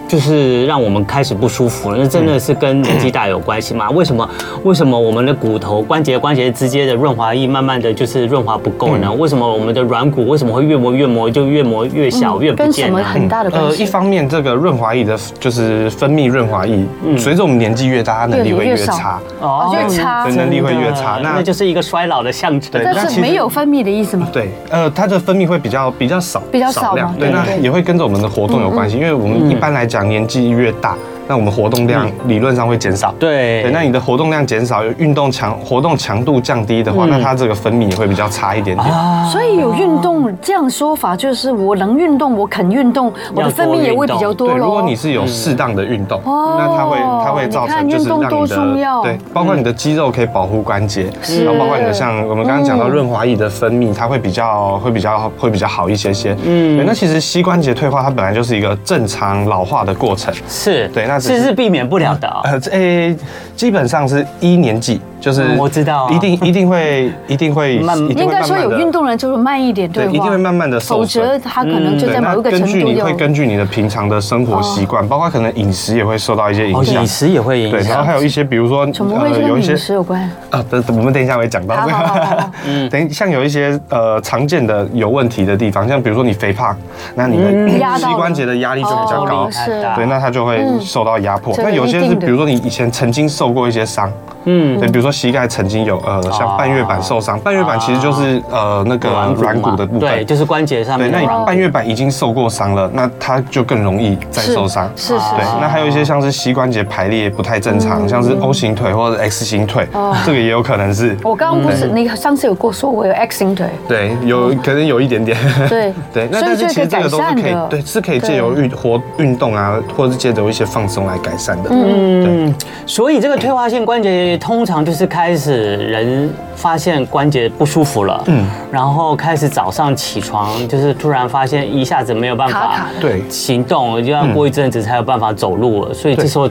Speaker 3: 就是让我们开始不舒服了，那真的是跟年纪大有关 系吗？为什么？为什么我们的骨头、关节、关节之间的润滑液慢慢的就是润滑不够
Speaker 2: 嗯
Speaker 3: 呢？为什么我们的软骨为什么会越磨越磨就越磨越小、越不
Speaker 2: 嗯跟什
Speaker 3: 见
Speaker 2: 么
Speaker 3: 呢？
Speaker 2: 很大的关
Speaker 4: 呃，一
Speaker 2: 系？
Speaker 4: 方面，这个润滑液的，就是分泌润滑液，随着我们年纪越大，它能力会越差。
Speaker 3: 哦
Speaker 2: 越差
Speaker 4: 对能力会越差
Speaker 3: 真的
Speaker 4: 那
Speaker 3: 那就是一个衰老的象征。
Speaker 4: 对
Speaker 2: 但
Speaker 4: 那其
Speaker 2: 是
Speaker 4: 实
Speaker 2: 没有分泌的意思吗？
Speaker 4: 对，呃，它的分泌会比较比较少，
Speaker 2: 比较少嘛
Speaker 4: 对，
Speaker 2: 对
Speaker 4: 那
Speaker 2: 对
Speaker 4: 也会跟着我们的活动有关系，因为我们一般来讲年纪越大，那我们活动量理论上会减少。
Speaker 3: 对
Speaker 4: 对，那你的活动量减少，有运动强活动强度降低的话，那它这个分泌也会比较差一点点。
Speaker 2: 所以有运动这样说法，就是我能运动，我肯运动，我的分泌也会比较多
Speaker 4: 对，
Speaker 2: 咯
Speaker 4: 如果你是有适当的运动，
Speaker 2: 哦
Speaker 4: 那它会它会造成就
Speaker 2: 你看
Speaker 4: 是让
Speaker 2: 运动多
Speaker 4: 你
Speaker 2: 重要嗯
Speaker 4: 的对，包括你的肌肉可以保护关节，然后包括你的像我们刚刚讲到润滑液的分泌，它会比较会比较会比较好一些些。嗯，那其实膝关节退化它本来就是一个正常老化的过程。
Speaker 3: 是，
Speaker 4: 对那只
Speaker 3: 是
Speaker 4: 是
Speaker 3: 是避免不了的哦。
Speaker 4: 呃，这诶，基本上是一年级，就是
Speaker 3: 嗯我知道啊
Speaker 4: 一定一定会一定会
Speaker 3: 慢
Speaker 4: 一定
Speaker 2: 应
Speaker 4: 会
Speaker 2: 该说有
Speaker 4: 慢慢地
Speaker 2: 运动人就是慢一点
Speaker 4: 对
Speaker 2: 话，
Speaker 4: 一定会慢慢地受
Speaker 2: 否则
Speaker 4: 损嗯
Speaker 2: 他可能就
Speaker 4: 对，
Speaker 2: 在
Speaker 4: 那
Speaker 2: 某一个程
Speaker 4: 根据
Speaker 2: 度
Speaker 4: 你
Speaker 2: 就哦
Speaker 4: 会根据你的平常的生活习惯，包括可能饮食也会受到一
Speaker 3: 哦，
Speaker 4: 些影响
Speaker 3: 饮。食也会影
Speaker 4: 对，然后
Speaker 3: 响
Speaker 4: 还。有一些，比如说
Speaker 2: 怎么会
Speaker 4: 呃有
Speaker 2: 跟
Speaker 4: 一些
Speaker 2: 饮食有关？
Speaker 4: 啊，等我们等一下会讲到
Speaker 2: 好
Speaker 4: 这
Speaker 2: 好好好
Speaker 4: 个
Speaker 2: 好。
Speaker 4: 嗯，等一像有一些呃常见的有问题的地方，像比如说你肥胖，那你
Speaker 2: 嗯压
Speaker 4: 的
Speaker 2: 到
Speaker 4: 膝
Speaker 2: 了
Speaker 4: 关节的压力就比较高
Speaker 2: 哦，是
Speaker 3: 对
Speaker 4: 对，那它就会受到压迫。
Speaker 2: 嗯这个
Speaker 4: 那有些
Speaker 2: 一
Speaker 4: 是
Speaker 2: 定的
Speaker 4: 比如说你以前曾经受过一些伤，
Speaker 3: 嗯，
Speaker 4: 对，比如说膝盖曾经有呃像半月
Speaker 2: 哦
Speaker 4: 板受伤，半月板其实就是呃那个
Speaker 3: 嘛
Speaker 4: 软骨的部分
Speaker 3: 对，，就是关节上
Speaker 4: 对，
Speaker 3: 面
Speaker 4: 那
Speaker 3: 的
Speaker 4: 你
Speaker 3: 软骨。
Speaker 4: 半月板已经受过伤了，那它就更容易再
Speaker 2: 是
Speaker 4: 受伤。
Speaker 2: 是是
Speaker 4: 对，
Speaker 2: 是。嗯
Speaker 4: 那还有一些像是膝关节排列不太正常，像是 O 型腿或者 X 型腿，
Speaker 2: 哦
Speaker 4: 这个也有可能是。
Speaker 2: 我刚刚不
Speaker 4: 嗯
Speaker 2: 是你上次有跟我说我有 X 型腿，
Speaker 4: 对，有可能有一点点。
Speaker 2: 哦对
Speaker 4: 对，
Speaker 2: 所
Speaker 4: 那
Speaker 2: 以
Speaker 4: 但
Speaker 2: 这
Speaker 4: 是其
Speaker 2: 可以
Speaker 4: 实这
Speaker 2: 改
Speaker 4: 个都是
Speaker 2: 善
Speaker 4: 可以
Speaker 2: 的，，
Speaker 4: 对，是可以借由运活运动啊，或者是借由一些放松来改善的。
Speaker 3: 嗯，所以这个退化性关节通常就是开始人发现关节不舒服了，嗯，然后开始早上起床就是突然发现一下子没有办
Speaker 2: 卡
Speaker 3: 法
Speaker 2: 卡的
Speaker 4: 对
Speaker 3: 行动，就要过一阵子才有办法走路了，所以这时候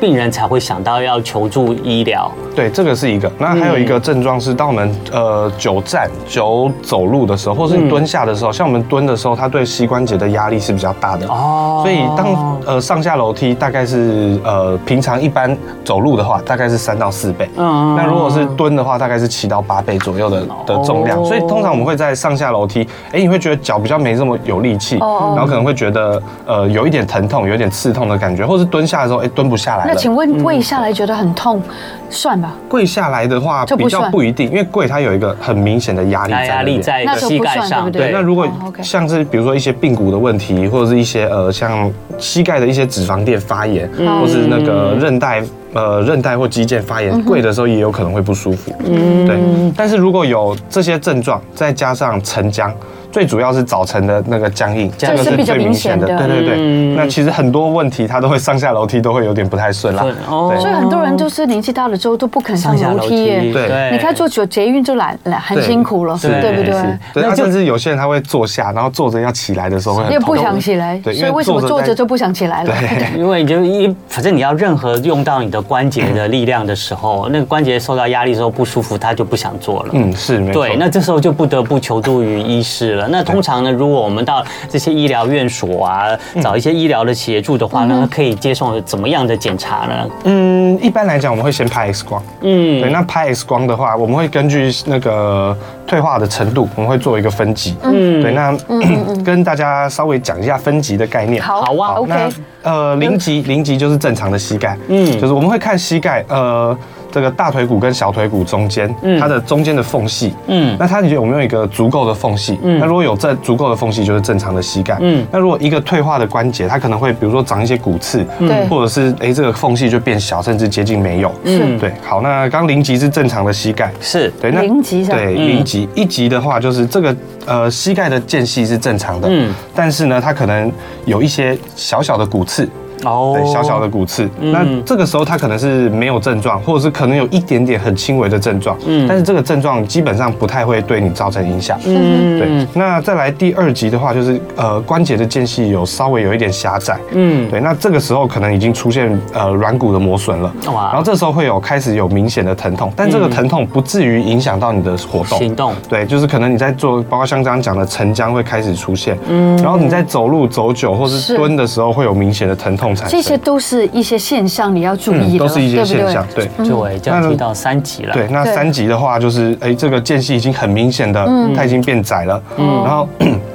Speaker 3: 病人才会想到要求助医疗。
Speaker 4: 对，这个是一个。那还有
Speaker 2: 嗯
Speaker 4: 一个症状是，当我们呃久站、久走路的时候，或
Speaker 2: 嗯
Speaker 4: 是你蹲下的时候，像我们蹲的时候，它对膝关节的压力是比较大的。
Speaker 3: 哦
Speaker 4: 所以当呃上下楼梯大概是呃平常一般走路的话，大概是三到四倍。
Speaker 3: 嗯
Speaker 4: 嗯。那如果是蹲的话，大概是七到八倍左右的的重量。
Speaker 3: 哦
Speaker 4: 所以通常我们会在上下楼梯，哎，你会觉得脚比较没这么有力气，
Speaker 2: 哦
Speaker 4: 然后可能会觉得呃有一点疼痛、有一点刺痛的感觉，或是蹲下的时候，哎，蹲不下来了。嗯
Speaker 2: 那请问跪下来觉得很痛，算吧？
Speaker 4: 跪下来的话
Speaker 2: 这不
Speaker 4: 比较
Speaker 2: 算
Speaker 4: 不一定，因为跪它有一个很明显的压力在那
Speaker 3: 压
Speaker 4: 边。
Speaker 3: 压力哎在
Speaker 2: 那就
Speaker 3: 膝
Speaker 2: 不
Speaker 3: 盖
Speaker 2: 算对
Speaker 3: 上，
Speaker 2: 不对
Speaker 4: 对，那如果
Speaker 2: 哦，OK
Speaker 4: 像是比如说一些髌骨的问题，或者是一些呃像膝盖的一些脂肪垫发炎，
Speaker 2: 嗯
Speaker 4: 或是那个韧带呃韧带或肌腱发炎，跪的时候也有可能会不舒服。嗯，对。但是如果有这些症状，再加上晨僵，最主要是早晨的那个僵硬，
Speaker 3: 这
Speaker 4: 个
Speaker 2: 是比较明显的
Speaker 4: 对对
Speaker 3: 嗯
Speaker 4: 对，那其实很多问题它都会上下楼梯都会有点不太顺啦
Speaker 3: 对。哦
Speaker 2: 所以很多人就是年纪大了之后都不肯上
Speaker 3: 上下
Speaker 2: 楼
Speaker 3: 楼
Speaker 2: 梯
Speaker 3: 梯，
Speaker 2: 耶。
Speaker 4: 对
Speaker 2: 你看坐久捷运就懒懒，很辛苦了，
Speaker 4: 是
Speaker 2: 对不
Speaker 3: 是
Speaker 2: 对？
Speaker 4: 对，
Speaker 3: 那
Speaker 4: 那
Speaker 3: 就
Speaker 4: 甚至有些人他会坐下，然后坐着要起来的时候会很
Speaker 2: 又
Speaker 4: 痛
Speaker 2: 不想起来，
Speaker 4: 对因
Speaker 2: 所以为什么
Speaker 4: 坐着
Speaker 2: 坐
Speaker 4: 在
Speaker 2: 着就不想起来了？
Speaker 4: 对。
Speaker 3: 因为你就一，反正你要任何用到你的关节的力量的时候，那个关节受到压力之后不舒服，他就不想做了。
Speaker 4: 嗯，是没错。
Speaker 3: 对，那这时候就不得不求助于医师了。那通常呢，如果我们到这些医疗院所啊，找一些医疗的协助的话呢，可以接受怎么样的检查呢？
Speaker 4: 嗯，一般来讲我们会先拍 X 光。嗯，对，那拍 X 光的话，我们会根据那个退化的程度，我们会做一个分级。嗯，对，那 跟大家稍微讲一下分级的概念。
Speaker 2: 好，
Speaker 3: 好啊
Speaker 4: 那
Speaker 2: ，OK，
Speaker 3: 嗯
Speaker 4: 呃，零级零级就是正常的膝盖，嗯，就是我们会看膝盖，呃，这个大腿骨跟小腿骨中间，它的中间的缝隙，
Speaker 3: 嗯
Speaker 4: 那它有没有一个足够的缝隙？那如果有这足够的缝隙，就是正常的膝盖。
Speaker 3: 嗯
Speaker 4: 那如果一个退化的关节，它可能会比如说长一些骨刺，
Speaker 3: 嗯
Speaker 2: 对
Speaker 4: 或者是哎这个缝隙就变小，甚至接近没有。
Speaker 3: 嗯
Speaker 4: 对，好，那刚零级是正常的膝盖，
Speaker 3: 是，
Speaker 4: 对，那
Speaker 2: 零级上
Speaker 4: 对
Speaker 3: 嗯
Speaker 4: 零级一级的话，就是这个呃膝盖的间隙是正常的，
Speaker 3: 嗯
Speaker 4: 但是呢，它可能有一些小小的骨刺，
Speaker 3: 哦嗯
Speaker 4: 对，小小的骨刺。那这个时候他可能是没有症状，或者是可能有一点点很轻微的症状，
Speaker 3: 嗯
Speaker 4: 但是这个症状基本上不太会对你造成影响。
Speaker 3: 嗯
Speaker 4: 对，那再来第二级的话，就是呃关节的间隙有稍微有一点狭窄，
Speaker 3: 嗯
Speaker 4: 对，那这个时候可能已经出现呃软骨的磨损了，
Speaker 3: 哇嗯
Speaker 4: 然后这时候会有开始有明显的疼痛，但这个疼痛不至于影响到你的活动
Speaker 3: 行动
Speaker 4: 对，就是可能你在做，包括像刚刚讲的沉僵会开始出现，嗯，然后你在走路走久或是
Speaker 2: 是
Speaker 4: 蹲的时候会有明显的疼痛产生，
Speaker 2: 这些都是一些现象，你要注意的，
Speaker 4: 嗯，都是一些
Speaker 2: 对不对
Speaker 4: 现象，对。
Speaker 3: 对，这样提到三级了，
Speaker 4: 对，，嗯那
Speaker 2: 对嗯
Speaker 4: 三级的话，就是哎，这个间隙已经很明显的，它已经变窄了，然后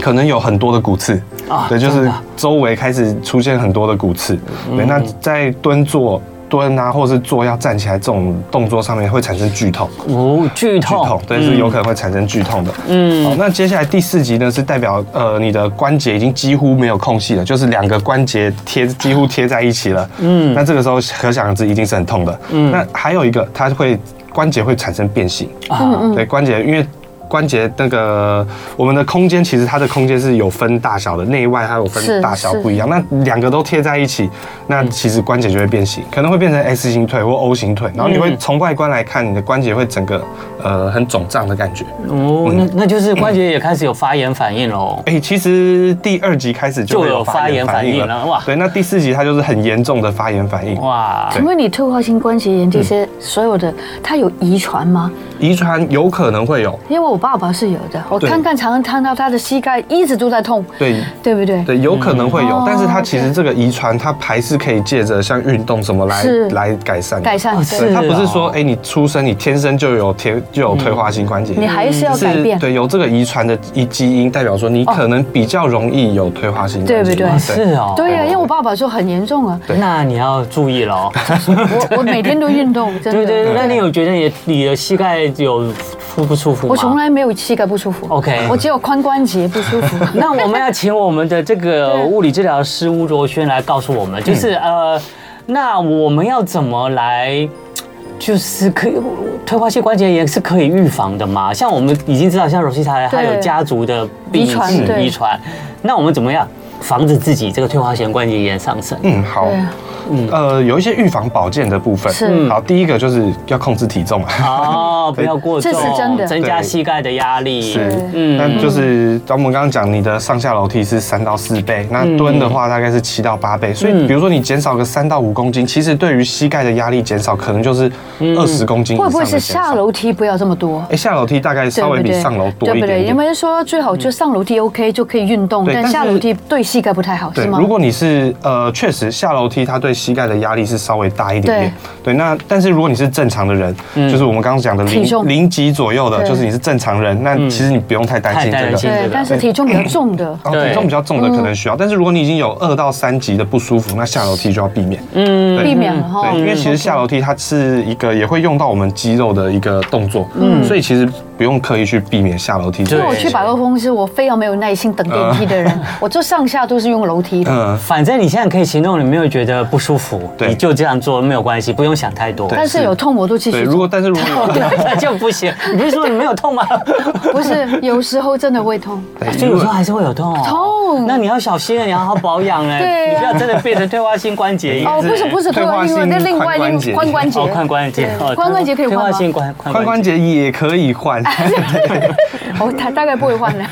Speaker 4: 可能有很多的骨刺，
Speaker 3: 啊
Speaker 4: 对，就
Speaker 3: 真
Speaker 4: 是
Speaker 3: 的
Speaker 4: 周围开始出现很多的骨刺。
Speaker 2: 嗯
Speaker 4: 对，那在蹲坐、蹲啊，或是坐要站起来这种动作上面会产生剧痛，
Speaker 3: 哦，剧
Speaker 4: 剧痛
Speaker 3: 痛，，
Speaker 4: 对，是有可能会产生剧痛的。嗯，好，那接下来第四级呢，是代表呃你的关节已经几乎没有空隙了，就是两个关节贴几乎贴在一起了。嗯，那这个时候可想而知一定是很痛的。嗯，那还有一个，它会关节会产生变形。
Speaker 3: 啊，
Speaker 4: 对，关节因为。关节那个，我们的空间其实它的空间是有分大小的，内外还有分
Speaker 2: 是
Speaker 4: 大小
Speaker 2: 是
Speaker 4: 不一样。那两个都贴在一起，那其实关节就会变形，可能会变成 S 型腿或 O 型腿，然后你会从外观来看，你的关节会整个呃很肿胀的感觉。
Speaker 3: 哦，
Speaker 4: 嗯
Speaker 3: 那那就是关节也开始有发炎反应喽。
Speaker 4: 哎、其实第二集开始就会
Speaker 3: 就有
Speaker 4: 有发炎
Speaker 3: 发炎
Speaker 4: 反
Speaker 3: 反
Speaker 4: 应
Speaker 3: 应
Speaker 4: 了，
Speaker 3: 了哇哦
Speaker 4: 对，那第四集它就是很严重的发炎反应。
Speaker 3: 哇，
Speaker 2: 请问你退化性关节炎这
Speaker 4: 嗯
Speaker 2: 些所有的，它有遗传吗？
Speaker 4: 遗传有可能会有，
Speaker 2: 因为我爸爸是有的，我
Speaker 4: 对
Speaker 2: 看看常常看到他的膝盖一直都在痛，
Speaker 4: 对。
Speaker 2: 对不对？
Speaker 4: 对，有可能会有，
Speaker 2: 哦
Speaker 4: 但是它其实这个遗传，它还是可以借着像运动什么来
Speaker 2: 是
Speaker 4: 来改善的。
Speaker 2: 改善
Speaker 3: 哦
Speaker 2: 对
Speaker 3: 是
Speaker 4: 对，它不是说
Speaker 3: 哦
Speaker 4: 哎、你出生你天生就有贴就有退化性关节
Speaker 2: 嗯
Speaker 4: 炎，
Speaker 2: 你还是要改变，
Speaker 4: 嗯
Speaker 2: 哦
Speaker 4: 对，有这个遗传的一基因，代表说你可能比较容易有退化性关节炎，
Speaker 2: 对不对
Speaker 3: 啊是哦，
Speaker 2: 对呀、因为我爸爸说很严重啊，
Speaker 3: 那你要注 意喽。
Speaker 2: 我我每天都运动，真
Speaker 3: 对
Speaker 2: 的。
Speaker 3: 对对，那你有觉得你的你的膝盖有舒不舒服吗？
Speaker 2: 我从来没有膝盖不舒服
Speaker 3: OK
Speaker 2: 我只有髋关节不舒 服。
Speaker 3: 那我们要请我们的这个
Speaker 2: 对嗯
Speaker 3: 物理治疗师吴卓轩来告诉我们，就是呃，那我们要怎么来？就是可以退化性关节炎是可以预防的嘛？像我们已经知道，像柔西塔她
Speaker 2: 对
Speaker 3: 有家族的病
Speaker 2: 遗传
Speaker 3: 史
Speaker 2: 对
Speaker 3: 遗传，那我们怎么样防止自己这个退化性关节炎上升？
Speaker 4: 嗯，好
Speaker 2: 对，啊
Speaker 4: 呃，有一些预防保健的部分，
Speaker 2: 是嗯
Speaker 4: 好，第一个就是要控制体重啊嘛，
Speaker 3: 哦，不要过重，
Speaker 2: 这是真的
Speaker 3: 增加膝盖的压力。
Speaker 4: 是，
Speaker 3: 嗯
Speaker 4: 那就是咱们刚刚讲，你的上下楼梯是三到四倍，那
Speaker 3: 嗯
Speaker 4: 蹲的话大概是七到八倍，所以比如说你减少个三到五公斤，其实对于膝盖的压力减少可能就是
Speaker 3: 嗯
Speaker 4: 二十公斤以
Speaker 2: 会
Speaker 4: 上
Speaker 2: 不
Speaker 4: 的
Speaker 2: 会
Speaker 4: 减
Speaker 2: 是
Speaker 4: 少
Speaker 2: 下。楼梯不要这么多？
Speaker 4: 哎，下楼梯大概
Speaker 2: 对
Speaker 4: 稍
Speaker 2: 不
Speaker 4: 微
Speaker 2: 对？
Speaker 4: 比上楼多
Speaker 2: 对
Speaker 4: 一
Speaker 2: 不
Speaker 4: 点
Speaker 2: 对？
Speaker 4: 点
Speaker 2: 人。们说最好就上楼梯 OK 就可以运动，
Speaker 4: 对
Speaker 2: 但
Speaker 4: 但是
Speaker 2: 下楼梯对膝盖不太好，
Speaker 4: 对
Speaker 2: 是，吗？
Speaker 4: 如果你是呃，确实下楼梯它对膝盖的压力是稍微大一点点。对，那但是如果你是正常的人，
Speaker 3: 嗯
Speaker 4: 就是我们刚刚讲的
Speaker 2: 体重
Speaker 4: 零零级左右的，
Speaker 2: 对
Speaker 4: 就是你是正常人，那其实你不用太担心
Speaker 3: 嗯太
Speaker 4: 这
Speaker 3: 担
Speaker 4: 个
Speaker 3: 心。
Speaker 2: 对，但是体重比较重的，哦
Speaker 4: 然后
Speaker 3: 对
Speaker 4: 体哦重比较重的可能
Speaker 2: 嗯
Speaker 4: 需要，但是如果你已经有二到三级的不舒服，那下楼梯就要避免。
Speaker 3: 嗯
Speaker 4: 对
Speaker 2: 避免哦了哈。
Speaker 4: 对，因为其实下楼梯它是一个也会用到我们肌肉的一个动作，嗯，所以其实不用刻意去避免下楼梯这
Speaker 2: 因
Speaker 4: 个
Speaker 2: 为
Speaker 4: 事情。
Speaker 2: 我去百货公司，我非常没有耐心等电梯的人， 我就上下都是用楼梯的。
Speaker 4: 嗯，
Speaker 3: 反正你现在可以行动，你没有觉得不舒服，
Speaker 4: 对
Speaker 3: 你就这样做没有关系，不用想太多。
Speaker 4: 对
Speaker 2: 但是有痛我都继
Speaker 4: 对，
Speaker 2: 续
Speaker 4: 如
Speaker 2: 走。
Speaker 4: 果但 是如果你
Speaker 3: 那就不行。你不是说你没有痛吗？
Speaker 2: 不是，有时候真的会痛。
Speaker 4: 对
Speaker 3: 所以有时候还是会有痛哦。
Speaker 2: 痛
Speaker 3: 那你要小心了，你要好好保养嘞。
Speaker 2: 对啊
Speaker 3: 你不要真的变成退化性关节炎。
Speaker 2: 哦，不是不是，
Speaker 4: 退化
Speaker 2: 另外
Speaker 4: 性
Speaker 2: 那另外另
Speaker 4: 髋关节
Speaker 2: 髋关节，
Speaker 3: 哦，髋关节，
Speaker 2: 对
Speaker 3: 哦
Speaker 2: 髋关节可以
Speaker 3: 退
Speaker 2: 换
Speaker 3: 化
Speaker 2: 吗？
Speaker 3: 性关髋
Speaker 4: 髋关
Speaker 3: 节。
Speaker 4: 节也可 以换，
Speaker 2: 哦，他大概不会换了，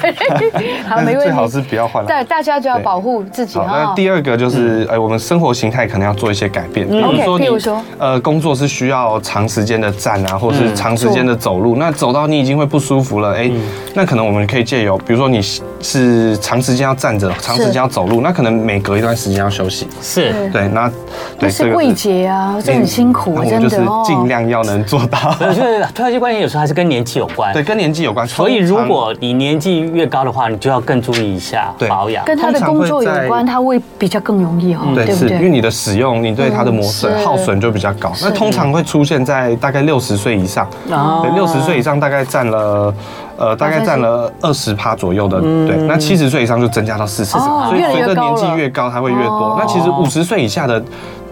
Speaker 2: 好，
Speaker 4: 但
Speaker 2: 没
Speaker 4: 是
Speaker 2: 问题。
Speaker 4: 最好是不要换了。
Speaker 2: 大大家就要保护自己
Speaker 4: 好，
Speaker 2: 啊
Speaker 4: 那。第二个
Speaker 3: 嗯
Speaker 4: 就是，呃，我们生活形态可能要做一些改变，比如
Speaker 2: OK，
Speaker 4: 说你
Speaker 2: 譬如说，
Speaker 4: 呃，工作是需要长时间的站啊，或者
Speaker 3: 嗯
Speaker 4: 是长时间的走路，那走到你已经会不舒服了，哎，那可能我们可以借由，比如说你是长时间要站着，长时间要走路，那可能每隔一段时间要休息。
Speaker 3: 是
Speaker 2: 对
Speaker 4: 对，那
Speaker 2: 那
Speaker 4: 对这
Speaker 2: 是
Speaker 4: 个嗯
Speaker 2: 柜姐啊，这很辛苦
Speaker 4: 那我，们
Speaker 2: 真
Speaker 4: 就
Speaker 2: 的
Speaker 4: 是
Speaker 2: 哦。
Speaker 4: 尽量要能做 到。
Speaker 3: 我觉得退休观念有时候还是跟年纪有关。
Speaker 4: 对，，跟年纪有关。
Speaker 3: 所以如
Speaker 4: 通常
Speaker 3: 果你年纪越高的话，你就要更注意一下
Speaker 4: 对
Speaker 3: 保养。
Speaker 2: 跟他的工作有
Speaker 4: 通常
Speaker 2: 关，
Speaker 4: 会在嗯
Speaker 2: 他会比较更容易哦，
Speaker 4: 对，
Speaker 2: 对不
Speaker 4: 是因为
Speaker 2: 对？
Speaker 4: 你的使用，你对它的磨损
Speaker 2: 嗯、是
Speaker 4: 耗损就比较高。那通常会出现在大概六十岁以上，
Speaker 3: 哦
Speaker 4: 对，六十岁以上大概占了，呃，大概占了二十趴左右的，对。那七十岁以上就增加到四十，
Speaker 2: 嗯哦
Speaker 4: 所以
Speaker 2: 越来越
Speaker 4: 随着
Speaker 2: 高
Speaker 4: 年纪
Speaker 2: 了
Speaker 4: 越高，它会越
Speaker 2: 哦
Speaker 4: 多。那其实五十岁以下的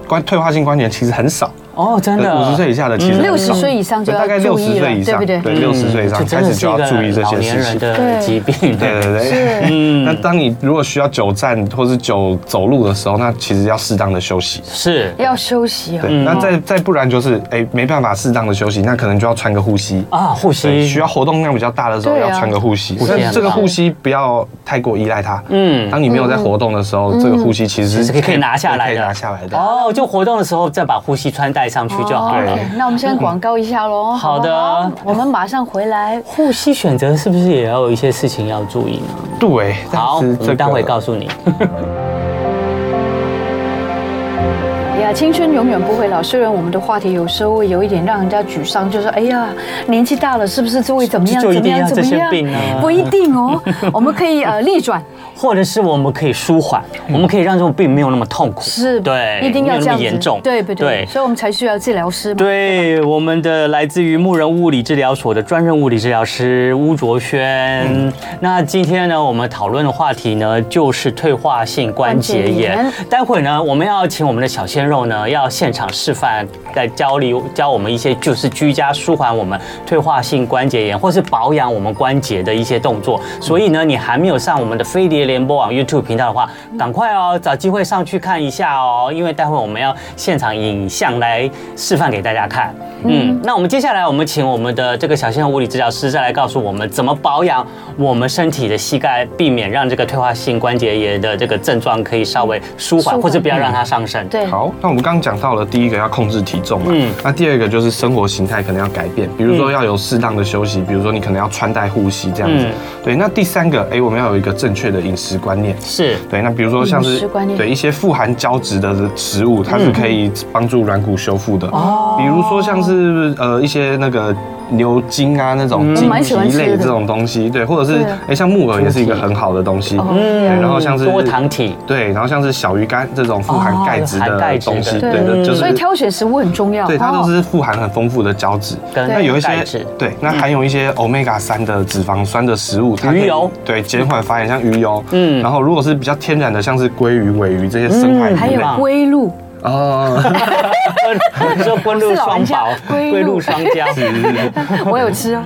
Speaker 4: 关退化性关节炎其实很少，
Speaker 3: 哦，真的，
Speaker 4: 五十岁以下的其实很少
Speaker 2: 嗯六十岁以上就
Speaker 4: 对
Speaker 2: 要
Speaker 4: 大概六
Speaker 2: 注
Speaker 4: 十
Speaker 2: 意了
Speaker 4: 岁
Speaker 2: 对不
Speaker 4: 以上，
Speaker 2: 对
Speaker 4: 对，六十岁以上
Speaker 3: 嗯
Speaker 4: 开始就要注意这
Speaker 3: 真的是一个老。
Speaker 4: 些事情
Speaker 3: 年人的疾病，
Speaker 4: 对对对，嗯， 那当你如果需要久站或是久走路的时候，那其实要适当的休息。
Speaker 3: 是
Speaker 2: 要休息哦。
Speaker 4: 对，
Speaker 3: 嗯
Speaker 4: 那再再不然就是哎、没办法适当的休息，那可能就要穿个护膝。
Speaker 3: 啊，护膝
Speaker 4: 对，需要活动量比较大的时候
Speaker 2: 对啊
Speaker 4: 要穿个护膝，
Speaker 3: 护膝
Speaker 4: 但
Speaker 3: 很
Speaker 4: 这个
Speaker 3: 棒
Speaker 4: 护膝不要太过依赖它。
Speaker 3: 嗯
Speaker 4: 嗯，当你没有在活动的时候，这
Speaker 2: 嗯
Speaker 4: 个护膝其实
Speaker 3: 是可以拿下来的，
Speaker 4: 可以拿下来的。
Speaker 3: 哦，就活动的时候再把护膝穿戴上去就好
Speaker 2: 哦
Speaker 3: 了。
Speaker 2: ，OK，那我们现在广告一下喽。
Speaker 3: 好
Speaker 2: 不
Speaker 3: 的
Speaker 2: 我们马上回来。
Speaker 3: 护膝选择是不是也要有一些事情要注意呢？
Speaker 4: 对，但
Speaker 3: 好，我
Speaker 4: 是这个
Speaker 3: 们待会告诉你。
Speaker 2: 呀，青春永远不会老。虽然我们的话题有时候会有一点让人家沮丧，就说哎呀，年纪大了是不是就会怎么样
Speaker 3: 就
Speaker 2: 怎
Speaker 3: 一
Speaker 2: 么
Speaker 3: 定要
Speaker 2: 样怎么
Speaker 3: 这些
Speaker 2: 样
Speaker 3: 病啊？
Speaker 2: 不一定 哦，我们可以呃逆转，
Speaker 3: 或者是我们可以舒缓，
Speaker 4: 嗯
Speaker 3: 我们可以让这种病没有那么痛苦，
Speaker 2: 是，
Speaker 3: 对，
Speaker 2: 一定要
Speaker 3: 没有
Speaker 2: 这样
Speaker 3: 那么
Speaker 2: 子
Speaker 3: 严重，
Speaker 2: 对不对？
Speaker 3: 对。
Speaker 2: 所以我们才需要治疗师嘛。
Speaker 3: 对，我们的来自于牧人物理治疗所的专任物理治疗师巫卓轩。
Speaker 4: 嗯
Speaker 3: 那今天呢，我们讨论的话题呢，就是退化性关节
Speaker 2: 关
Speaker 3: 炎
Speaker 2: 节。
Speaker 3: 待会呢，我们要请我们的小鲜肉呢，要现场示范，来教你教我们一些就是居家舒缓我们退化性关节炎，或是保养我们关节的一些动作。所以呢，你还没有上我们的飞碟联播网 YouTube 频道的话，赶快哦，找机会上去看一下哦，因为待会我们要现场影像来示范给大家看。嗯，那我们接下来我们请我们的这个小鲜肉物理治疗师再来告诉我们怎么保养我们身体的膝盖，避免让这个退化性关节炎的这个症状可以稍微舒
Speaker 2: 舒
Speaker 3: 缓，
Speaker 2: 缓
Speaker 3: 或者不要让它上升。
Speaker 2: 对，
Speaker 4: 好，那我们刚刚讲到了第一个要控制体重嘛，
Speaker 3: 嗯
Speaker 4: 那第二个就是生活形态可能要改变，比如说要有适当的休息，比如说你可能要穿戴护膝这样子。
Speaker 3: 嗯
Speaker 4: 对，那第三个，哎、我们要有一个正确的饮食观念。
Speaker 3: 是
Speaker 4: 对，那比如说像
Speaker 2: 饮
Speaker 4: 是
Speaker 2: 食观念
Speaker 4: 对一些富含胶质的食物，它
Speaker 3: 嗯
Speaker 4: 是可以帮助软骨修复的。哦，比如说像是呃一些那个牛筋啊那种
Speaker 2: 我
Speaker 4: 筋
Speaker 2: 嗯蛮喜
Speaker 4: 皮
Speaker 2: 欢吃的
Speaker 4: 类这种东西，对，或者是
Speaker 2: 对
Speaker 4: 哎像木耳也是一个很好的东西。
Speaker 2: 哦
Speaker 4: 对，然后像是
Speaker 3: 多糖体。
Speaker 4: 对，然后像是小鱼干这种富
Speaker 3: 哦
Speaker 4: 含钙质
Speaker 3: 含钙
Speaker 4: 的
Speaker 3: 质的
Speaker 4: 东西，
Speaker 2: 对
Speaker 4: 对的，就是
Speaker 2: 所以挑选食物很重要。
Speaker 4: 对它
Speaker 2: 哦
Speaker 4: 都是富含很丰富的胶质。
Speaker 3: 跟
Speaker 4: 那有一
Speaker 3: 钙
Speaker 4: 些
Speaker 3: 质
Speaker 4: 对，那含有一些 omega 三的脂肪酸的食物，它可以
Speaker 3: 鱼油
Speaker 4: 对减缓发炎，像鱼油，
Speaker 3: 嗯
Speaker 4: 嗯，然后如果是比较天然的，像是鲑鱼、尾鱼这些深海
Speaker 2: 嗯还
Speaker 4: 鱼
Speaker 2: 有啊
Speaker 4: 类，
Speaker 2: 龟鹿，
Speaker 4: 哦，
Speaker 3: 说龟鹿双宝，
Speaker 2: 龟
Speaker 3: 龟
Speaker 2: 鹿
Speaker 3: 鹿双骄，
Speaker 2: 我有吃哦，